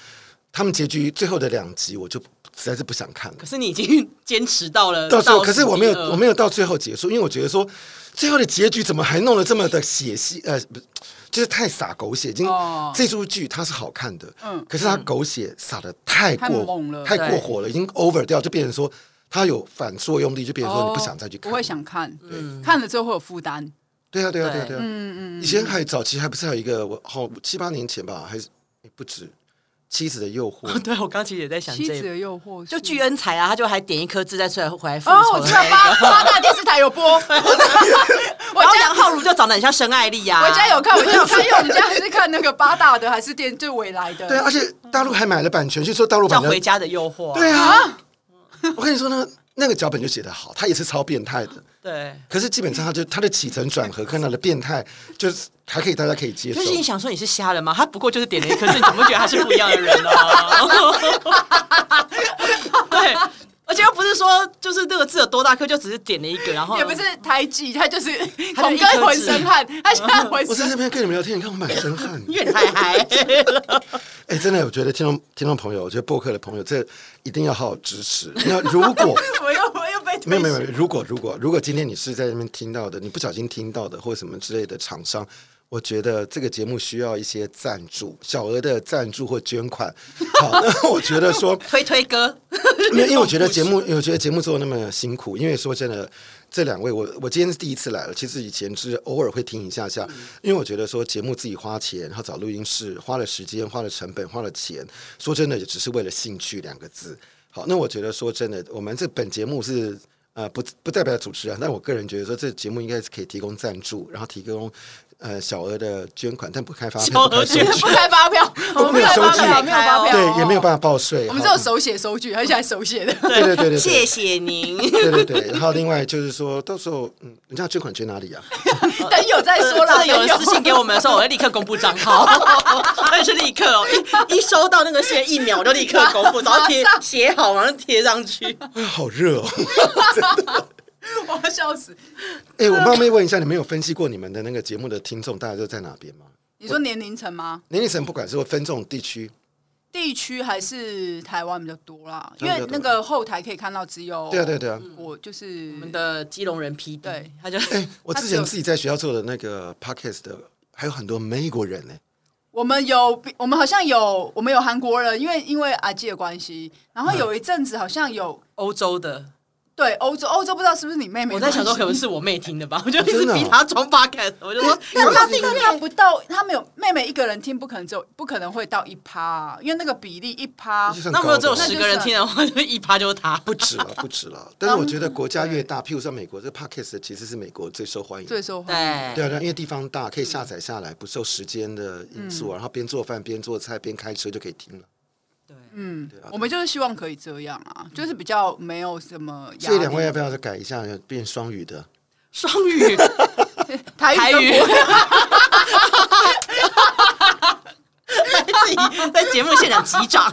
S3: 他们结局最后的两集，我就实在是不想看了
S1: 可。是你已经 [LAUGHS] 坚持到了，
S3: 到时候，
S1: 倒数
S3: 可是我没有
S1: 第二，
S3: 我没有到最后结束，因为我觉得说最后的结局怎么还弄得这么的血腥？呃，不是就是太洒狗血。已经、
S2: 哦
S3: 这出剧它是好看的，
S2: 嗯
S3: 可是它狗血洒的太
S2: 太
S3: 过
S2: 猛了
S3: 太过
S1: 对
S3: 火了，已经 over 掉，就变成说它有反作用力，就变成说你
S1: 哦
S3: 不想再去看。嗯
S2: 不哦会想看，
S3: 对
S2: 看了之后会有负担。
S3: 对啊，对啊，对啊，
S1: 对。
S3: 对啊。以前还早期还不是还有一个我好七八年前吧，还是诶不止《妻子的诱惑》
S1: [LAUGHS] [LAUGHS] 对我刚其实也在想
S2: 妻
S1: 这
S2: 子
S1: 一部，
S2: 的诱惑
S1: 就是巨恩才啊，他就还点一颗痣再出来回来复
S2: 哦，
S1: 仇
S2: 我
S1: 的
S2: 知
S1: 那
S2: 道
S1: 一个。
S2: 八八大电视台有
S3: [LAUGHS]
S2: 播，我
S1: 然后
S2: 家
S1: 梁浩如就长得很像申爱丽呀、啊，
S2: 我家有看，我家有看，因为我们家是看那个八大的，还是电就未来的。
S3: 对啊，而且大陆还买了版权，据说大陆
S1: 叫
S3: 版
S1: 《回
S3: 的。
S1: 家的诱惑》
S3: 对啊，我跟你说呢，那个脚本就写得好，他也是超变态的。
S1: 对。
S3: 可是基本上，他就他的起承转合跟他的变态，就是还可以大家可以接受
S1: 就。是你想说你是瞎了吗？他不过就是点了一颗痣，你怎么会觉得他是不一样的人呢、 [LAUGHS] 对，而且又不是说就是这个痣有多大颗，就只是点了一个，然后
S2: 也不是胎记，他
S3: [LAUGHS]
S2: 就是
S1: 他就
S2: 孔
S1: 一颗痣
S2: 哥浑身汗，他现在浑
S3: 我在
S2: 身
S3: 这边跟你们聊天，你看我满身
S1: [LAUGHS]
S3: 汗。
S1: 因为你太嗨了。
S3: 哎、真的，我觉得听众听众朋友，我觉得播客的朋友，这一定要好好支持。那如果
S2: [LAUGHS] 我又我又被
S3: 没
S2: 推
S3: 有没有
S2: 卸
S3: 没有，如果如果如果今天你是在那边听到的，你不小心听到的或什么之类的厂商，我觉得这个节目需要一些赞助，小额的赞助或捐款。好，那我觉得说，
S1: 推推哥，
S3: [LAUGHS] 没有，因为我觉得节
S1: [LAUGHS]
S3: 目，我觉得节目做的那么辛苦，因为说真的，这两位我我今天是第一次来了，其实以前是偶尔会听一下下，
S1: 嗯
S3: 因为我觉得说节目自己花钱，然后找录音室，花了时间，花了成本，花了钱，说真的也只是为了兴趣两个字。好，那我觉得说真的，我们这本节目是。呃，不不代表主持人，但我个人觉得说，这节目应该是可以提供赞助，然后提供呃小额的捐款，但不开发票，
S1: 小额
S3: 不开收
S1: 捐
S2: 不
S3: 据，
S2: 开发票，我们不
S3: 没有
S2: 开
S3: 收
S2: 发
S3: 据
S2: 票，没有发票，
S3: 对，也没有办法报税。
S2: 我们只
S3: 好
S2: 有手写收据，而且还手写
S3: [LAUGHS]
S2: 的。
S3: 对对对对对，
S1: 谢谢您。
S3: 对对对，然后另外就是说到时候，嗯，人家捐款捐哪里啊？
S2: 等有再 [LAUGHS] 说
S1: 真
S2: 啦，
S1: 的有人
S2: 等
S1: 私信给我们的时候，我会立刻公布账
S2: [LAUGHS]
S1: 号，而且是立刻哦，一一收到那个线一秒我就立刻公布，然后贴
S2: [LAUGHS] 马上
S1: 写好，马上贴上去。
S3: 哎，好热哦！
S2: [LAUGHS] 我要笑死。
S3: [LAUGHS] 哎，我冒昧问一下，你们有分析过你们的那个节目的听众大概都在哪边吗？
S2: 你说年龄层吗？
S3: 年龄层不管是分众地区，
S2: 地区还是台湾比较多啦，因
S3: 台湾
S2: 为
S3: 比较多
S2: 那个后台可以看到只有
S3: 对啊对啊对啊。
S2: 我就是
S1: 嗯我们的基隆人 P
S2: 对，
S1: 他就
S3: 哎，我之
S2: 他只
S3: 前
S2: 有
S3: 自己在学校做的那个 podcast 的，还有很多美国人呢。
S2: 我们有，我们好像有，我们有
S3: 嗯
S2: 韩国人，因为因为阿基的关系，然后有一阵子好像有
S1: 欧洲的
S2: 对欧洲，欧洲不知道是不是你妹妹？
S1: 我在想说，可能是我妹听的吧，我就一直
S3: 真的哦
S1: 逼她装 podcast，我就说
S2: [LAUGHS] 但
S1: 有没有
S2: 他
S1: 听
S2: 因为他不到，他没有妹妹一个人听，不可能只有不可能会到一趴、啊因为那个比例一趴
S3: 就，算
S1: 那如果只有
S3: 高的
S1: 十个人听的话，就一趴就是他。
S3: 不止了，不止了。但是我觉得国家越大，譬如像美国，这 podcast 其实是美国最受欢迎的。
S2: 最受欢迎。
S3: 对
S1: 对，
S3: 啊，对啊因为地方大，可以下载下来，不受时间的因素啊，然后边做饭边做菜边开车就可以听了。
S1: 对，
S2: 嗯
S3: 对啊，
S2: 我们就是希望可以这样啊，就是比较没有什么压
S3: 所
S2: 力。
S3: 以两位要不要再改一下，变双语的？ [LAUGHS]
S1: 双语
S2: 台
S1: 台
S2: 语
S1: 语。
S2: 跟国
S1: 自己 [LAUGHS] 在节目现场击掌，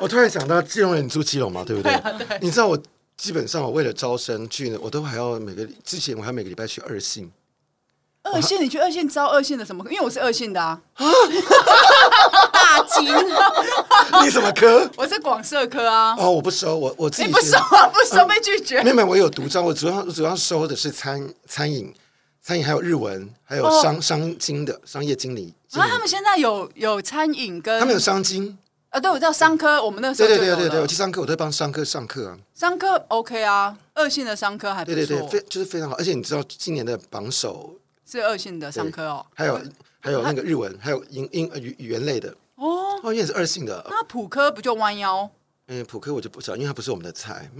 S3: 我突然想到，基隆人你住基隆嘛，对
S2: [LAUGHS]
S3: 不对？你知道我基本上我为了招生去呢，我都还要每个之前我还每个礼拜去二信， [LAUGHS]
S2: 二线，你去二线招二线的什么？因为我是二线的啊，
S1: 大惊，
S3: 你什么科？
S2: 我是广社科啊。
S3: 哦，我不收，我我自
S2: 你
S3: 己
S2: 不
S3: 先
S2: 收啊，不收被拒绝
S3: 没。有没有，我有独招，我主要主要收的是餐餐饮，餐饮还有日文，还有商、商经的商业经理。经
S2: 哦啊，
S3: 理
S2: 他们现在有有餐饮跟
S3: 他们有商经，
S2: 啊，对，我知道商科，我们那时
S3: 对
S2: 候就
S3: 对
S2: 有
S3: 对
S2: 了
S3: 对对，我去上课，我都帮上课上课啊，
S2: 商科 OK 啊，恶性的商科还不
S3: 对
S2: 错，
S3: 对对，非就是非常好，而且你知道今年的榜首
S2: 是恶性的商科哦。
S3: 还有还有那个日文，还有英英语语言类的，
S2: 哦，
S3: 哦，因为是二性的，
S2: 那普科不就弯
S3: [LAUGHS]
S2: 腰？
S3: 嗯，普科我就不知道，因为它不是我们的菜，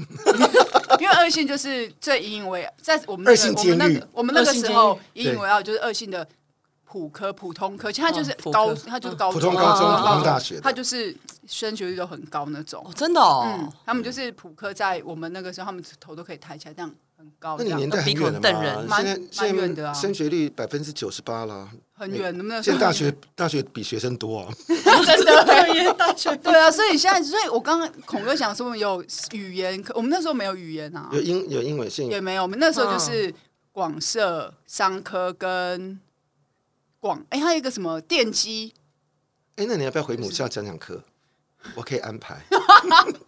S2: 因为恶性就是最引以为在我们
S3: 恶
S2: 那
S3: 性
S2: 个我
S3: 监
S2: 们那
S3: 狱
S2: 个我们那个
S1: 恶性
S2: 时
S1: 监狱
S2: 候引以
S3: 对
S2: 为傲就是恶性的普科普通科，其实它就是
S1: 嗯普科
S2: 高，它就是高
S3: 普
S2: 中
S3: 通高中、
S1: 哦
S3: 普通大学
S2: 它
S3: 的，
S2: 就是升学率都很高那种
S1: 哦。真的哦
S2: 嗯，，他们就是普科，在我们那个时候，他们头都可以抬起来，这样很高，
S3: 那
S2: 这
S3: 你
S2: 样
S3: 年代很远了
S1: 比孔瞪人
S3: 嘛？
S2: 蛮
S3: 现在
S2: 蛮远
S3: 现
S2: 的啊
S3: 在升学率百分之九十
S2: [LAUGHS]
S3: 八了，
S2: 很远，能不能？
S3: 现在哎大学大学比学生多啊，
S2: [LAUGHS] 真的
S1: 对耶，大学
S2: [LAUGHS] 对啊，所以现在，所以我刚刚孔哥想说有语言课，我们那时候没有语言啊
S3: 有，英有英文现
S2: 也没有，我们那时候就是广设、商科跟广，哎，还有一个什么电机，
S3: 哎，那你要不要回母校讲讲课？我可以安
S2: [LAUGHS]
S3: 排。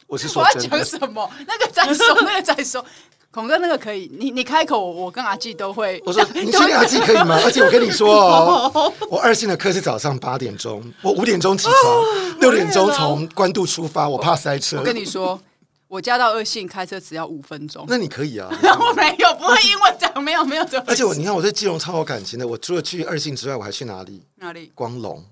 S3: 我是
S2: 我
S3: 说
S2: 要
S3: 真
S2: 讲
S3: 的，
S2: 什么？那个再
S3: [LAUGHS]
S2: 说，那个再说。孔哥那个可以，你你开口，我跟阿纪都会。
S3: 我说
S2: [LAUGHS]
S3: 你去两季可以吗？而且我跟你说哦，我二信的课是早上八点钟，我五点钟起床，六点钟从关渡出发，我怕塞车
S2: 我。跟你说，我家到二信开车只要五分钟。
S3: 那你
S2: [LAUGHS]
S3: 可以啊。
S2: 我没有，不会因为这样，没有没有这回事。
S3: 而且我，你看我对基隆超有感情的。我除了去二信之外，我还去哪里？
S2: 哪里？
S3: 光隆，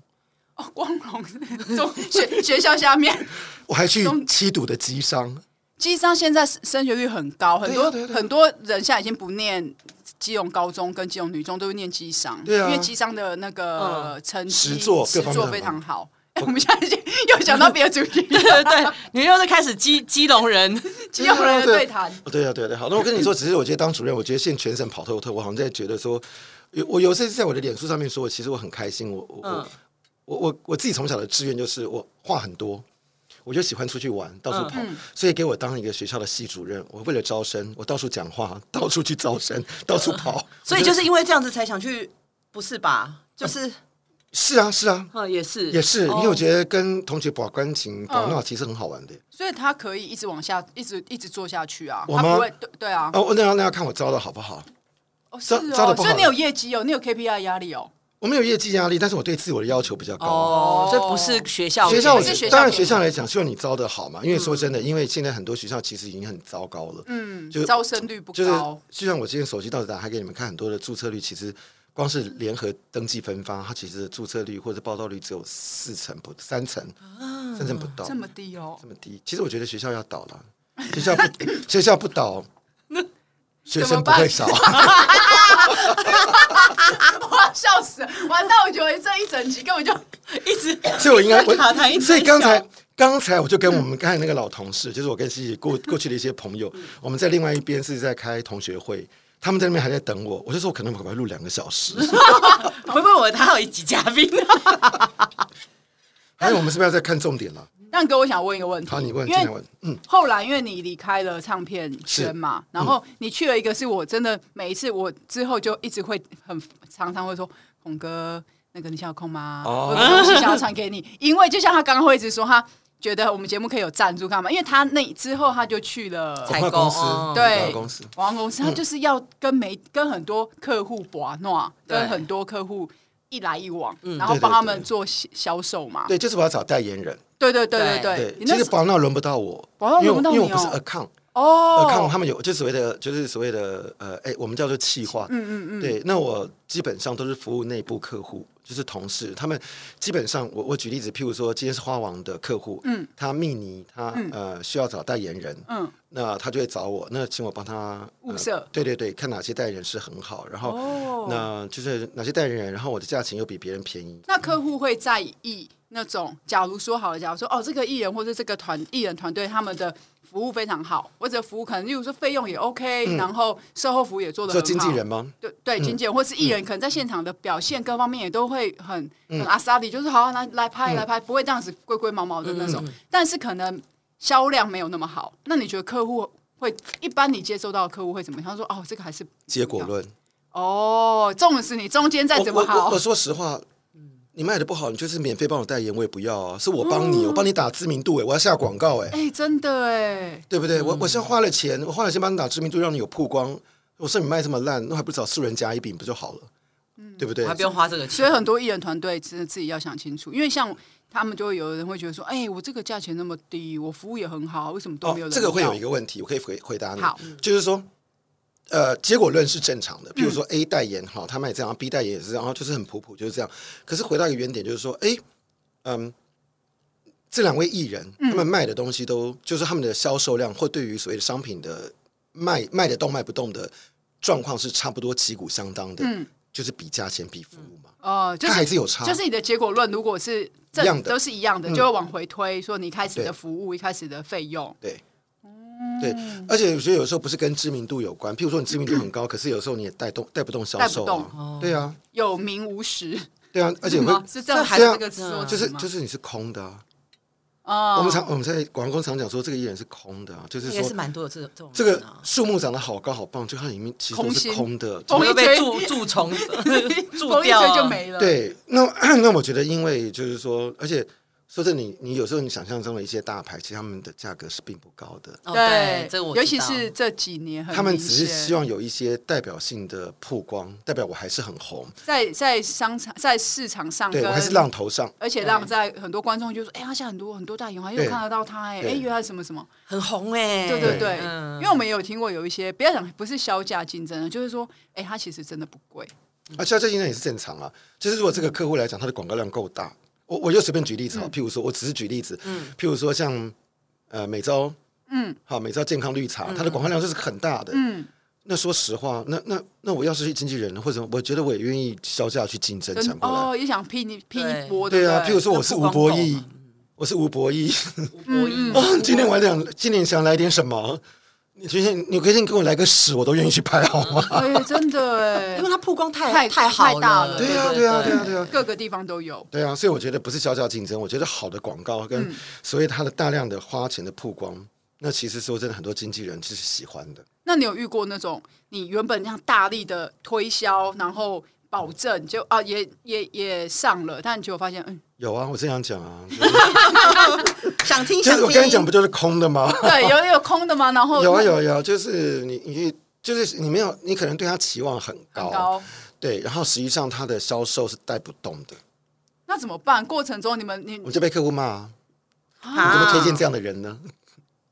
S2: 哦，光荣是中学学校下面，
S3: 我还去七堵的机商。
S2: 基商现在升学率很高，很多、
S3: 对啊对啊对啊
S2: 很多人现在已经不念基隆高中跟基隆女中，都是念基商，
S3: 对啊
S2: 因为基商的那个成绩、
S3: 实作各
S2: 实
S3: 方面
S2: 作
S3: 很
S2: 非常好。哎
S3: 我
S2: 我们现在已经又讲到别的主题，
S1: 对对对，你又在开始基基隆人，
S2: 基隆人的对谈。
S3: 对啊，对啊，对啊。好，那我跟你说，只是我觉得当主任，我觉得现在全省跑透透，我好像在觉得说，有我有一次在我的脸书上面说，我其实我很开心，我我、
S1: 嗯
S3: 我我我自己从小的志愿就是我话很多。我就喜欢出去玩，到处跑，
S2: 嗯
S3: 所以给我当一个学校的系主任。我为了招生，我到处讲话，到处去招生，到处跑。
S1: 所以
S3: 我觉
S1: 就
S3: 得
S1: 是因为这样子才想去，不是吧？就是，
S3: 是啊，是啊，
S1: 嗯，也是，
S3: 也是，
S1: 哦
S3: 因为我觉得跟同学把感情、把
S2: 嗯
S3: 闹其实很好玩的。
S2: 所以他可以一直往下，一直一直做下去啊，
S3: 我
S2: 他
S3: 吗
S2: 不会对对啊，
S3: 哦，那要那要看我招的好不好。
S2: 哦是
S3: 招招
S2: 哦，
S3: 得不好
S2: 所以你有业绩哦，你有 KPI 压力哦，
S3: 我没有业绩压力，但是我对自我的要求比较高。
S1: 哦，所以不是学校，
S3: 学校
S2: 不
S3: 我
S2: 是学校
S3: 当然
S2: 给
S3: 学
S2: 你
S3: 校来讲，希望你招的好嘛，因为说真的，因为现在很多学校其实已经很糟糕了，
S2: 嗯
S3: 就，
S2: 招生率不
S3: 就是
S2: 高，
S3: 就像我今天手机到达还给你们看很多的注册率，其实光是联合登记分发，它其实注册率或者报道率只有四成不三成，三成不到，
S2: 啊这么低哦
S3: 这，么低。其实我觉得学校要倒了，学校
S2: [LAUGHS]
S3: 不学校不倒，学生不会少。
S2: [LAUGHS] 哇，笑死了！完蛋，我觉得这一整集根本就
S1: 一直
S3: 所以我应该我
S1: 卡痰一直
S3: 所以刚才刚才我就跟我们刚才那个老同事，就是我跟西西过过去的一些朋友，我们在另外一边是在开同学会。他们在那边还在等我，我就说我可能我快录两个小时，
S1: 不不，我他有一集嘉宾，
S3: 还有我们是不是要再看重点了？
S2: 蛋哥，我想问一个问题。
S3: 好，你问，
S2: 因
S3: 进来
S2: 为
S3: 问，嗯，
S2: 后来因为你离开了唱片圈嘛，然后你去了一个是我真的每一次我之后就一直会很常常会说孔哥，那个你现在有空吗？
S3: 哦
S2: 我有个东西想要传给你，因为就像他刚刚会一直说他觉得我们节目可以有赞助干嘛，因为他那之后他就去了。
S1: 采
S3: 广
S1: 购
S3: 告公司
S1: 哦，
S3: 广
S2: 对
S3: 告公司，
S2: 广告公司，
S3: 嗯
S2: 他就是要跟每跟很多客户玩闹，
S1: 对
S2: 跟很多客户一来一往，
S1: 嗯
S2: 然后
S3: 对对
S2: 帮他
S3: 对
S2: 们做销销售嘛。
S3: 对，就是我要找代言人，
S2: 对对对对
S1: 对
S2: 对
S3: 对，
S2: 你
S3: 其
S2: 那时
S3: 实
S2: 候
S3: 广告轮不到我，
S2: 广告轮不到
S3: 因为我因为我
S2: 你哦
S3: 不是 account，呃，看过
S2: 哦，
S3: 他们有，就所谓的，就是所谓的，呃，哎、我们叫做企划，嗯嗯嗯，对。那我基本上都是服务内部客户，就是同事，他们基本上，我我举例子，譬如说，今天是花王的客户，嗯，他密尼，他、呃需要找代言人，
S2: 嗯，
S3: 那他就会找我，那请我帮他呃
S2: 物色
S3: 对对对，看哪些代言人是很好，然后、
S2: 哦
S3: 那就是哪些代言人，然后我的价钱又比别人便宜，
S2: 那客户会在意那种，假如说好了，假如说哦，这个艺人或者这个团艺人团队他们的服务非常好，或者服务可能，例如说费用也 OK，、然后售后服务也做的
S3: 嗯做
S2: 很好。
S3: 经纪人吗？
S2: 对对，经纪人或是艺
S3: 嗯
S2: 人，可能在现场的表现各方面也都会很很阿萨里，就是好啊好来来
S3: 嗯
S2: 拍来拍，不会这样子龟龟毛毛的那种。但是可能销量没有那么好，那你觉得客户会一般你接收到的客户会怎么样？他说哦，这个还是
S3: 结果论。
S2: 哦，纵使你中间再
S3: 我
S2: 怎么
S3: 我我
S2: 好
S3: 我，说实话，你卖的不好，你就是免费帮我代言，我也不要啊，是我帮你，我帮你打知名度、哎，我要下广告、哎，
S2: 嗯哎，真的哎，
S3: 对不对？我我现在花了钱，我花了钱帮你打知名度，让你有曝光。我说你卖这么烂，那还不找素人甲乙丙不就好了？
S2: 嗯
S3: 对不对
S1: 我还？不用花这个
S2: 所以
S1: 钱。
S2: 很多艺人团队真的自己要想清楚，因为像他们就会有人会觉得说，哎，我这个价钱那么低，我服务也很好，为什么都没有人要？
S3: 哦这个会有一个问题，我可以回回答你
S2: 好，嗯
S3: 就是说。呃，结果论是正常的，比如
S2: 嗯
S3: 说 A 代言哈，他卖这样，B 啊代言也是这样，然后就是很普普，就是这样。可是回到一个原点，就是说，哎，嗯，这两位艺人
S2: 嗯
S3: 他们卖的东西都，就是他们的销售量或对于所谓的商品的卖卖得动卖不动的状况是差不多旗鼓相当的，就是比价钱比服务嘛，
S2: 哦，嗯就
S3: 它
S2: 是
S3: 还是有差，
S2: 就是你的结果论，如果是
S3: 一
S2: 这
S3: 样的嗯
S2: 都是一样的，就会往回推，说你一开始
S3: 对
S2: 的服务、一开始的费用，
S3: 对，
S2: 嗯
S3: 对，而且我觉得有时候不是跟知名度有关，譬如说你知名度很
S2: [CLEARS THROAT]
S3: 高，可是有时候你也带动带不动销售
S2: 带不哦
S3: 啊，对啊，
S2: 有名无实，
S3: 对啊，而且
S2: 是
S3: 会
S2: 吗？是这样，
S3: 对啊
S2: 还有这个词我
S1: 嗯
S2: 知
S3: 就是
S2: 道吗
S3: 就是你是空的啊。
S2: 哦，
S3: 我
S2: [LAUGHS]
S3: 们常我们在广告公司常讲说，这个艺人是空的啊，就是
S1: 应该是
S3: 说
S1: 蛮多有这种这种
S3: 这
S1: 人
S3: 个
S1: 啊
S3: 树木长得好高好棒，就它里面其实都
S2: 空
S3: 是
S2: 心
S3: 空的，
S1: 我
S2: 风
S1: 们
S2: 一
S1: 又
S2: 吹
S1: 被蛀蛀虫蛀
S2: 风一
S1: 掉
S2: 吹
S1: 啊
S2: 就没了，，
S3: 对，那 [CLEARS THROAT] 那我觉得，因为就是说，而且说真的，你你有时候你想象中的一些大牌，其实他们的价格是并不高的，
S1: 哦
S2: 对，
S1: 这个我知道
S2: 尤其是这几年很明显，
S3: 他们只是希望有一些代表性的曝光，代表我还是很红，
S2: 在在商场、在市场上
S3: 啊对
S2: 跟
S3: 我还是浪头上。
S2: 而且
S1: 对
S2: 让在很多观众就说：“哎、他现在很多很多大银行又
S3: 对
S2: 看得到他、哎，
S3: 对
S2: 哎，原来什么什么。”
S1: 很红哎，
S2: 对对对，
S1: 嗯
S2: 因为我们也有听过有一些，不要讲不是销价竞争，就是说，哎、他其实真的不贵，
S3: 啊，销售竞争也是正常啊。就是如果这个客户来讲，他的广告量够大，我我就随便举例子啊哈，譬如说，我只是举例子，譬如说像呃每周，嗯，好，每周健康绿茶，它的广告量就是很大的，
S2: 嗯，
S3: 那说实话，那那那我要是经纪人或者我觉得我也愿意销价去竞争
S2: 真
S3: 抢过来，
S2: 哦，也想拼一拼一
S1: 对
S2: 波，
S3: 对
S2: 不
S3: 啊，譬如说我是吴博
S1: 那曝光够
S3: 义
S1: 嘛，
S3: 我是吴博义，
S1: 博弈
S3: 哦， [LAUGHS] 今天我想今天想来点什么？你今天你可以先给我来个屎，我都愿意去拍好吗？
S2: 哎、真
S3: [LAUGHS]
S2: 的
S1: 因为
S2: 哎，
S1: 它曝光太
S2: 太
S1: 好
S2: 太大
S1: 了，
S2: 了
S3: 对
S1: 呀
S3: 啊，对啊，对啊，对啊。
S2: 各个地方都有。
S3: 对啊，所以我觉得不是小小竞争，我觉得好的广告
S2: 嗯
S3: 跟所谓它的大量的花钱的曝光，那其实说真的，很多经纪人是喜欢的。
S2: 那你有遇过那种你原本这样大力的推销，然后保证就啊也也也上了，但结果发现，嗯，
S3: 有啊，我这样
S2: [LAUGHS]
S3: 讲啊，就是
S1: 想听
S3: 就
S1: 想
S3: 是
S1: 听，
S3: 我跟你讲，不就是空的吗？ [LAUGHS]
S2: 对，有有空的吗？然后
S3: 有啊
S2: 哦那
S3: 有啊有啊，就是你你就是你没有，你可能对他期望很高，
S2: 很高。
S3: 对，然后实际上他的销售是带不动的，
S2: 那怎么办？过程中你们你
S3: 我们就被客户骂、啊，你
S1: 啊
S3: 怎么推荐这样的人呢？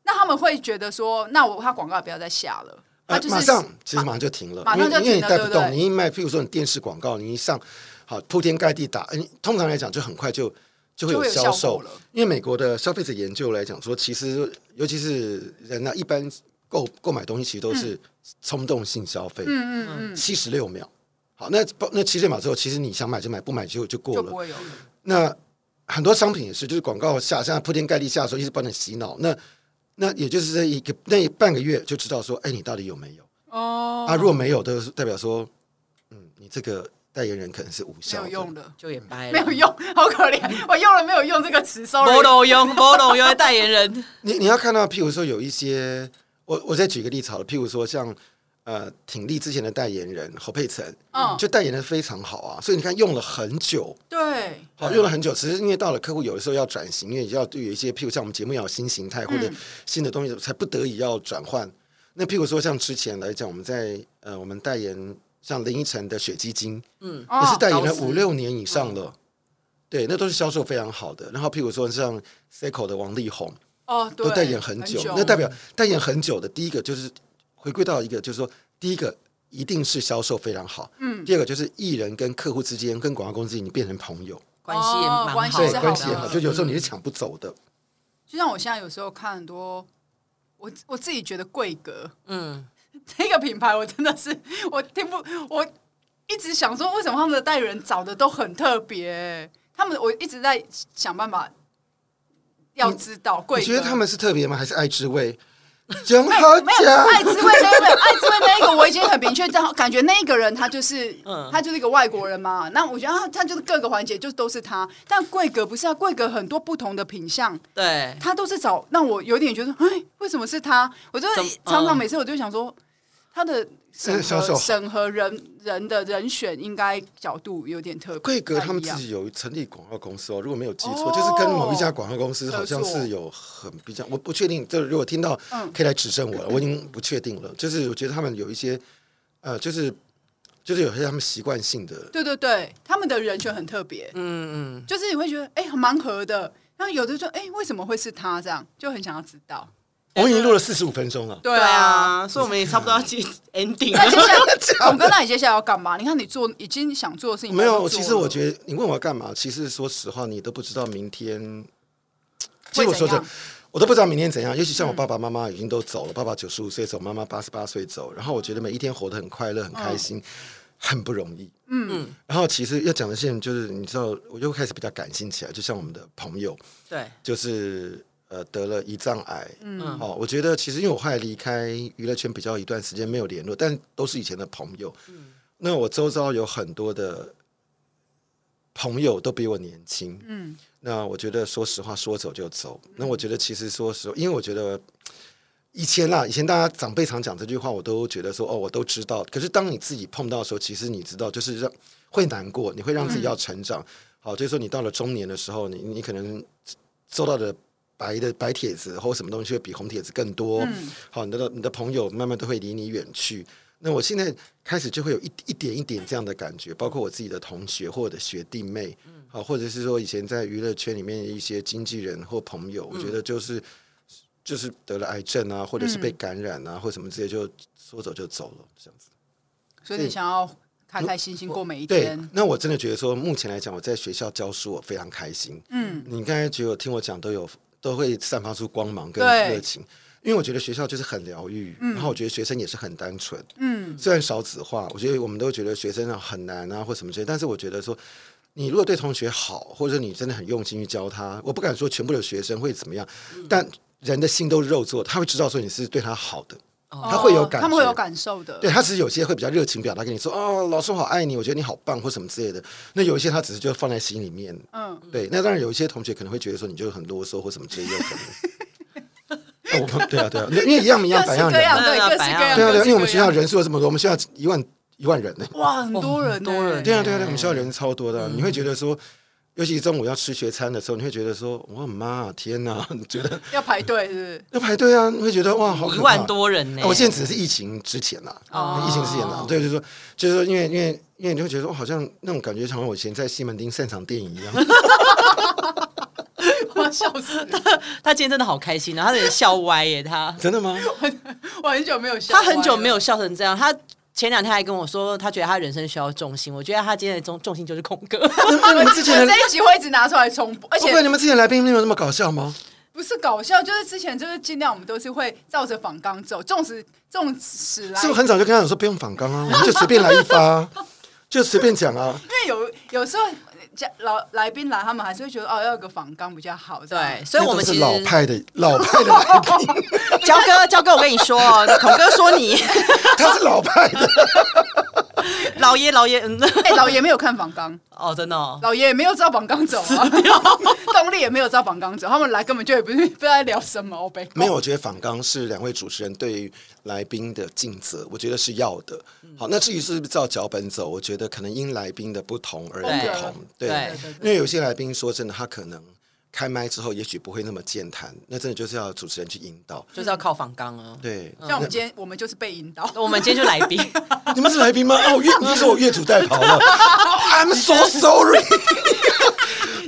S2: 那他们会觉得说，那我他广告不要再下了，他
S3: 呃
S2: 就是、
S3: 马上，其实马上就停了，
S2: 马
S3: 因为
S2: 马上就
S3: 因为你
S2: 停了
S3: 带不
S2: 对不
S3: 动，
S2: 对
S3: 你一卖，譬如说你电视广告，你一上，好铺天盖地打，呃你通常来讲就很快就就会有
S2: 就会有
S3: 销
S2: 效
S3: 售
S2: 果了。
S3: 因为美国的消费者研究来讲说，其实尤其是人啊呢、一般购购买东西其实都是冲动性消费，
S2: 嗯嗯嗯，
S3: 七十六秒。好，那那七十秒之后，其实你想买就买，不买就就过
S2: 就
S3: 了
S2: 不。会有了。
S3: 那很多商品也是，就是广告下，现在铺天盖地下的时候，一直帮你洗脑。那那也就是这一个那一半个月就知道说，哎，你到底有没有？
S2: 哦，
S3: 啊，如果没有的，代表说，嗯，你这个代言人可能是无
S2: 没
S3: 效
S2: 有
S3: 的。
S2: 用的，
S1: 就也掰了，
S2: 没有用，好可怜， [LAUGHS] 我用了没有用这个词
S1: 波
S2: ，sorry。
S1: 龙用波龙用的代言人，
S3: 你你要看到，譬如说有一些，我我再举个例子好了，譬如说像呃挺立之前的代言人侯佩岑，
S2: 嗯，
S3: 就代言的非常好啊，所以你看用了很久，
S2: 对，
S3: 好用了很久。只是因为到了客户有的时候要转型，因为要对有一些譬如像我们节目要有新形态或
S2: 嗯
S3: 者新的东西，才不得已要转换。那譬如说像之前来讲，我们在呃我们代言像林依晨的雪肌精，
S2: 哦
S3: 也是代言了
S1: 高斯
S3: 五六年以上了。对，那都是销售非常好的。然后，譬如说像 Seiko 的王力宏，
S2: 哦哦，
S3: 都
S2: 对，
S3: 代言很
S2: 很
S3: 久，那代表代言很久的第一个就是回归到一个，就是说第一个一定是销售非常好，嗯，第二个就是艺人跟客户之间跟广告公司之间已经变成朋友，
S1: 关系也
S2: 哦
S1: 蛮
S2: 关系
S1: 好
S3: 对
S2: 是，
S1: 的，
S3: 关系也好，
S2: 的
S3: 就有时候你是抢不走的，
S2: 就像我现在有时候看很多，我我自己觉得贵格
S1: 嗯，
S2: 这个品牌，我真的是我听不，我一直想说，为什么他们的代言人找的都很特别、他们我一直在想办法要知道贵
S3: 你
S2: 格，哎
S3: 觉得他们是特别吗？还是爱之味？真
S2: 没
S3: 好
S2: 没有爱滋
S3: 讲，
S2: 味那个爱滋味那个，我已经很明确，但感觉那一个人他就是
S1: 嗯
S2: 他就是一个外国人嘛。那我觉得他他就是各个环节就都是他，但贵格不是啊，贵格很多不同的品相，
S1: 对，
S2: 他都是找让我有点觉得， [LAUGHS] 哎，为什么是他？我就
S1: 怎么
S2: 常常
S1: 嗯
S2: 每次我就想说，他的审
S3: 呃销售
S2: 核审核人人的人选应该角度有点特别。
S3: 贵格他们
S2: 不太
S3: 自
S2: 一样
S3: 己有成立广告公司哦，如果没有记
S2: 哦
S3: 错，就是跟某一家广告公司好像
S2: 合作
S3: 是有很比较，我不确定。这如果听到
S2: 嗯
S3: 可以来指正我了，我已经不确定了。就是我觉得他们有一些呃，就是就是有些他们习惯性的
S2: 对对对，他们的人选很特别，
S1: 嗯嗯，
S2: 就是你会觉得哎，蛮合的。然后有的就哎，为什么会是他这样？就很想要知道。
S3: 我们已经录了四十五分钟了，
S2: 对
S1: 对
S2: 啊，
S1: 啊，嗯所以我们也差不多要进 ending
S2: 那接
S1: 了。
S2: 下
S3: [LAUGHS]
S2: 来，我哥，那你接下来要干嘛？你看你做已经想做的事情
S3: 没有。
S2: 都做
S3: 其实我觉得你问我干嘛，其实说实话，你都不知道明天。其
S2: 会
S3: 实我
S2: 怎
S3: 说真
S2: 样嗯
S3: 的，我都不知道明天怎样。尤其像我爸爸妈妈已经都走了，爸爸九十五岁走，妈妈八十八岁走。然后我觉得每一天活得很快乐、很开心，
S2: 嗯
S3: 很不容易。嗯。然后其实要讲的事情就是，你知道，我又开始比较感性起来。就像我们的朋友，
S1: 对，
S3: 就是呃得了胰脏癌。
S1: 嗯
S3: 嗯，哦，我觉得其实因为我后来离开娱乐圈比较一段时间没有联络，但都是以前的朋友。那我周遭有很多的朋友都比我年轻。
S2: 嗯，
S3: 那我觉得说实话，说走就走。那我觉得其实说实话，因为我觉得以前啦，以前大家长辈常讲这句话，我都觉得说哦，我都知道。可是当你自己碰到的时候，其实你知道，就是让会难过，你会让自己要成长。好，就是说你到了中年的时候，你你可能收到的白的白帖子或什么东西会比红帖子更多。好，你的你的朋友慢慢都会离你远去。那我现在开始就会有一一点一点这样的感觉，包括我自己的同学或者学弟妹，好，或者是说以前在娱乐圈里面的一些经纪人或朋友，我觉得就是、就是得了癌症啊，或者是被感染啊，或什么之类，就说走就走了这样子。
S2: 所以你想要开开心心过每一
S3: 对
S2: 天，，
S3: 那我真的觉得说，目前来讲，我在学校教书，我非常开心。
S2: 嗯，
S3: 你刚才觉得听我讲都有都会散发出光芒跟
S2: 对
S3: 热情，因为我觉得学校就是很疗愈，然后我觉得学生也是很单纯，
S2: 嗯，
S3: 虽然少子化，我觉得我们都觉得学生啊很难啊或什么之类，但是我觉得说。你如果对同学好，或者你真的很用心去教他，我不敢说全部的学生会怎么样，
S2: 嗯
S3: 但人的心都是肉做的，他会知道说你是对他好的，他会有
S2: 哦
S3: 感觉，
S2: 他们会有感受的。
S3: 对他只是有些会比较热情表达跟你说哦，老师我好爱你，我觉得你好棒或什么之类的。那有一些他只是就放在心里面，
S2: 嗯，
S3: 对。那当然有一些同学可能会觉得说你就很啰嗦或什么之类的，有可能。
S2: [LAUGHS]
S3: 哦我们对啊对啊，那因为一样一
S2: 各
S3: 样
S2: 式
S3: 百样
S2: 各
S3: 人
S2: 样，
S3: 嘛，
S2: 对，
S1: 对啊
S2: 各式各
S1: 百样
S2: 样，
S3: 对啊对啊，
S2: 各式各样
S3: 因为我们学校人数有这么多，我们学校一万一万人呢、
S2: 哇，很多人呢，
S1: 哇很多人
S3: 对啊对啊对啊，我们学校人超多的啊、你会觉
S2: 嗯
S3: 得说。尤其中午要吃学餐的时候，你会觉得说：“我妈，啊天哪！” [LAUGHS] 你觉得
S2: 要排队是不是？ [LAUGHS]
S3: 要排队啊，你会觉得哇，好可
S1: 一
S3: 怕啊
S1: 万多人呢，
S3: 哦我现在只是疫情之前啦，
S1: 哦
S3: 疫情之前啦，对，就是说，就是说，因为因为因为你会觉得说，好像那种感觉，好像我以前在西门町散场电
S2: [LAUGHS]
S3: 影一样，
S2: 我笑死，
S1: 他今天真的好开心啊，他有点笑歪耶，他
S3: 真的吗？
S2: 我很久没有
S1: [LAUGHS]
S2: 笑，
S1: 他很久没有，笑成这样，他。前两天还跟我说，他觉得他人生需要重心。我觉得他今天的重重心就是空哥，
S3: 那你们之前
S2: 我
S3: 的，
S2: 这一集会一直拿出来重播，而
S3: 不
S2: 且
S3: 哦会你们之前来宾没有那么搞笑吗？
S2: 不是搞笑，就是之前就是尽量我们都是会照着仿纲走，纵使纵使来
S3: 是不是很早就跟他讲说不用反刚啊，我们就随便来一
S1: [LAUGHS]
S3: 发啊，就随便讲啊？
S2: 因为有有时候家老来宾来，他们还是会觉得哦，要有个仿纲比较好。这
S1: [LAUGHS]
S2: 样
S1: 对，，所以我们
S3: 那都
S1: 其实
S3: 是老派的老派的
S1: [LAUGHS]
S3: 来宾，
S1: 焦哥，焦哥，我跟你说哦，孔哥说你 [LAUGHS]
S3: 他是老派的，
S1: 老爷老爷，嗯，
S2: 哎、老爷没有看仿纲，
S1: 哦，真的、哦，
S2: 老爷也没有照仿纲走啊，动力也没有照仿纲走，他们来根本就也不是不知道在聊什么。呗，
S3: 没有，我觉得反刚是两位主持人对于来宾的尽责，我觉得是要的。
S1: 嗯
S3: 好，那至于是不是照脚本走，我觉得可能因来宾的不同而
S1: 对
S3: 不同。
S1: 对
S3: 对，
S1: 对
S3: 因为有些来宾说真的，他可能开麦之后也许不会那么健谈，那真的就是要主持人去引导。
S1: 就是要靠仿钢啊。
S3: 对，
S2: 像我们今天我们就是被引导， [LAUGHS]
S1: 我们今天就来宾，
S3: 你们是来宾吗？哦，我越你说我越俎代庖了，I'm so sorry，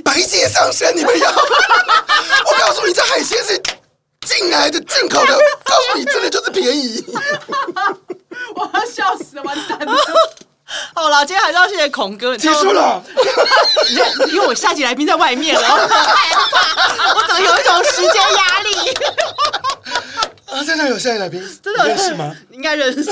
S3: 白蟹上身，你们要？我告诉你，这海鲜是进来的进口的，告诉你真的就是便宜。
S2: 我要笑死了，完蛋了！
S1: 好啦，今天还是要谢谢孔哥，你知
S3: 结
S1: 道
S3: 束了，
S1: [LAUGHS] 因为因为我下集来宾在外面了，我很害怕，我怎么有一种时间压
S3: [LAUGHS]
S1: 力？
S3: 啊，真的有下一来宾，
S1: [LAUGHS] 真的
S3: 你认识吗？？
S1: [LAUGHS] 应该认识。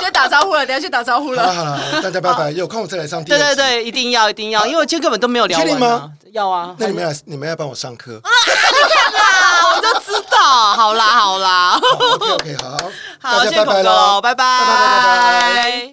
S2: 先打招呼了，等一下去打招呼
S3: 好了
S2: 了。
S3: 好了，大家拜拜，有空我再来上第
S1: 对
S3: 二
S1: 对
S3: 集。
S1: 对，一定要一定要，因为我今天根本都没有聊
S3: 确
S1: 完
S3: 定吗
S1: 啊。要啊，
S3: 那你们要你们要帮我上
S1: [LAUGHS]
S3: 课
S1: 啊，我就知道。好啦好啦，
S3: ，OK OK，好，
S1: 好，
S3: 大
S1: 谢
S3: 家
S1: 谢
S3: 拜
S1: 孔
S3: 拜
S1: 哥
S3: 喽
S1: 喽，，拜拜
S3: 拜拜拜拜。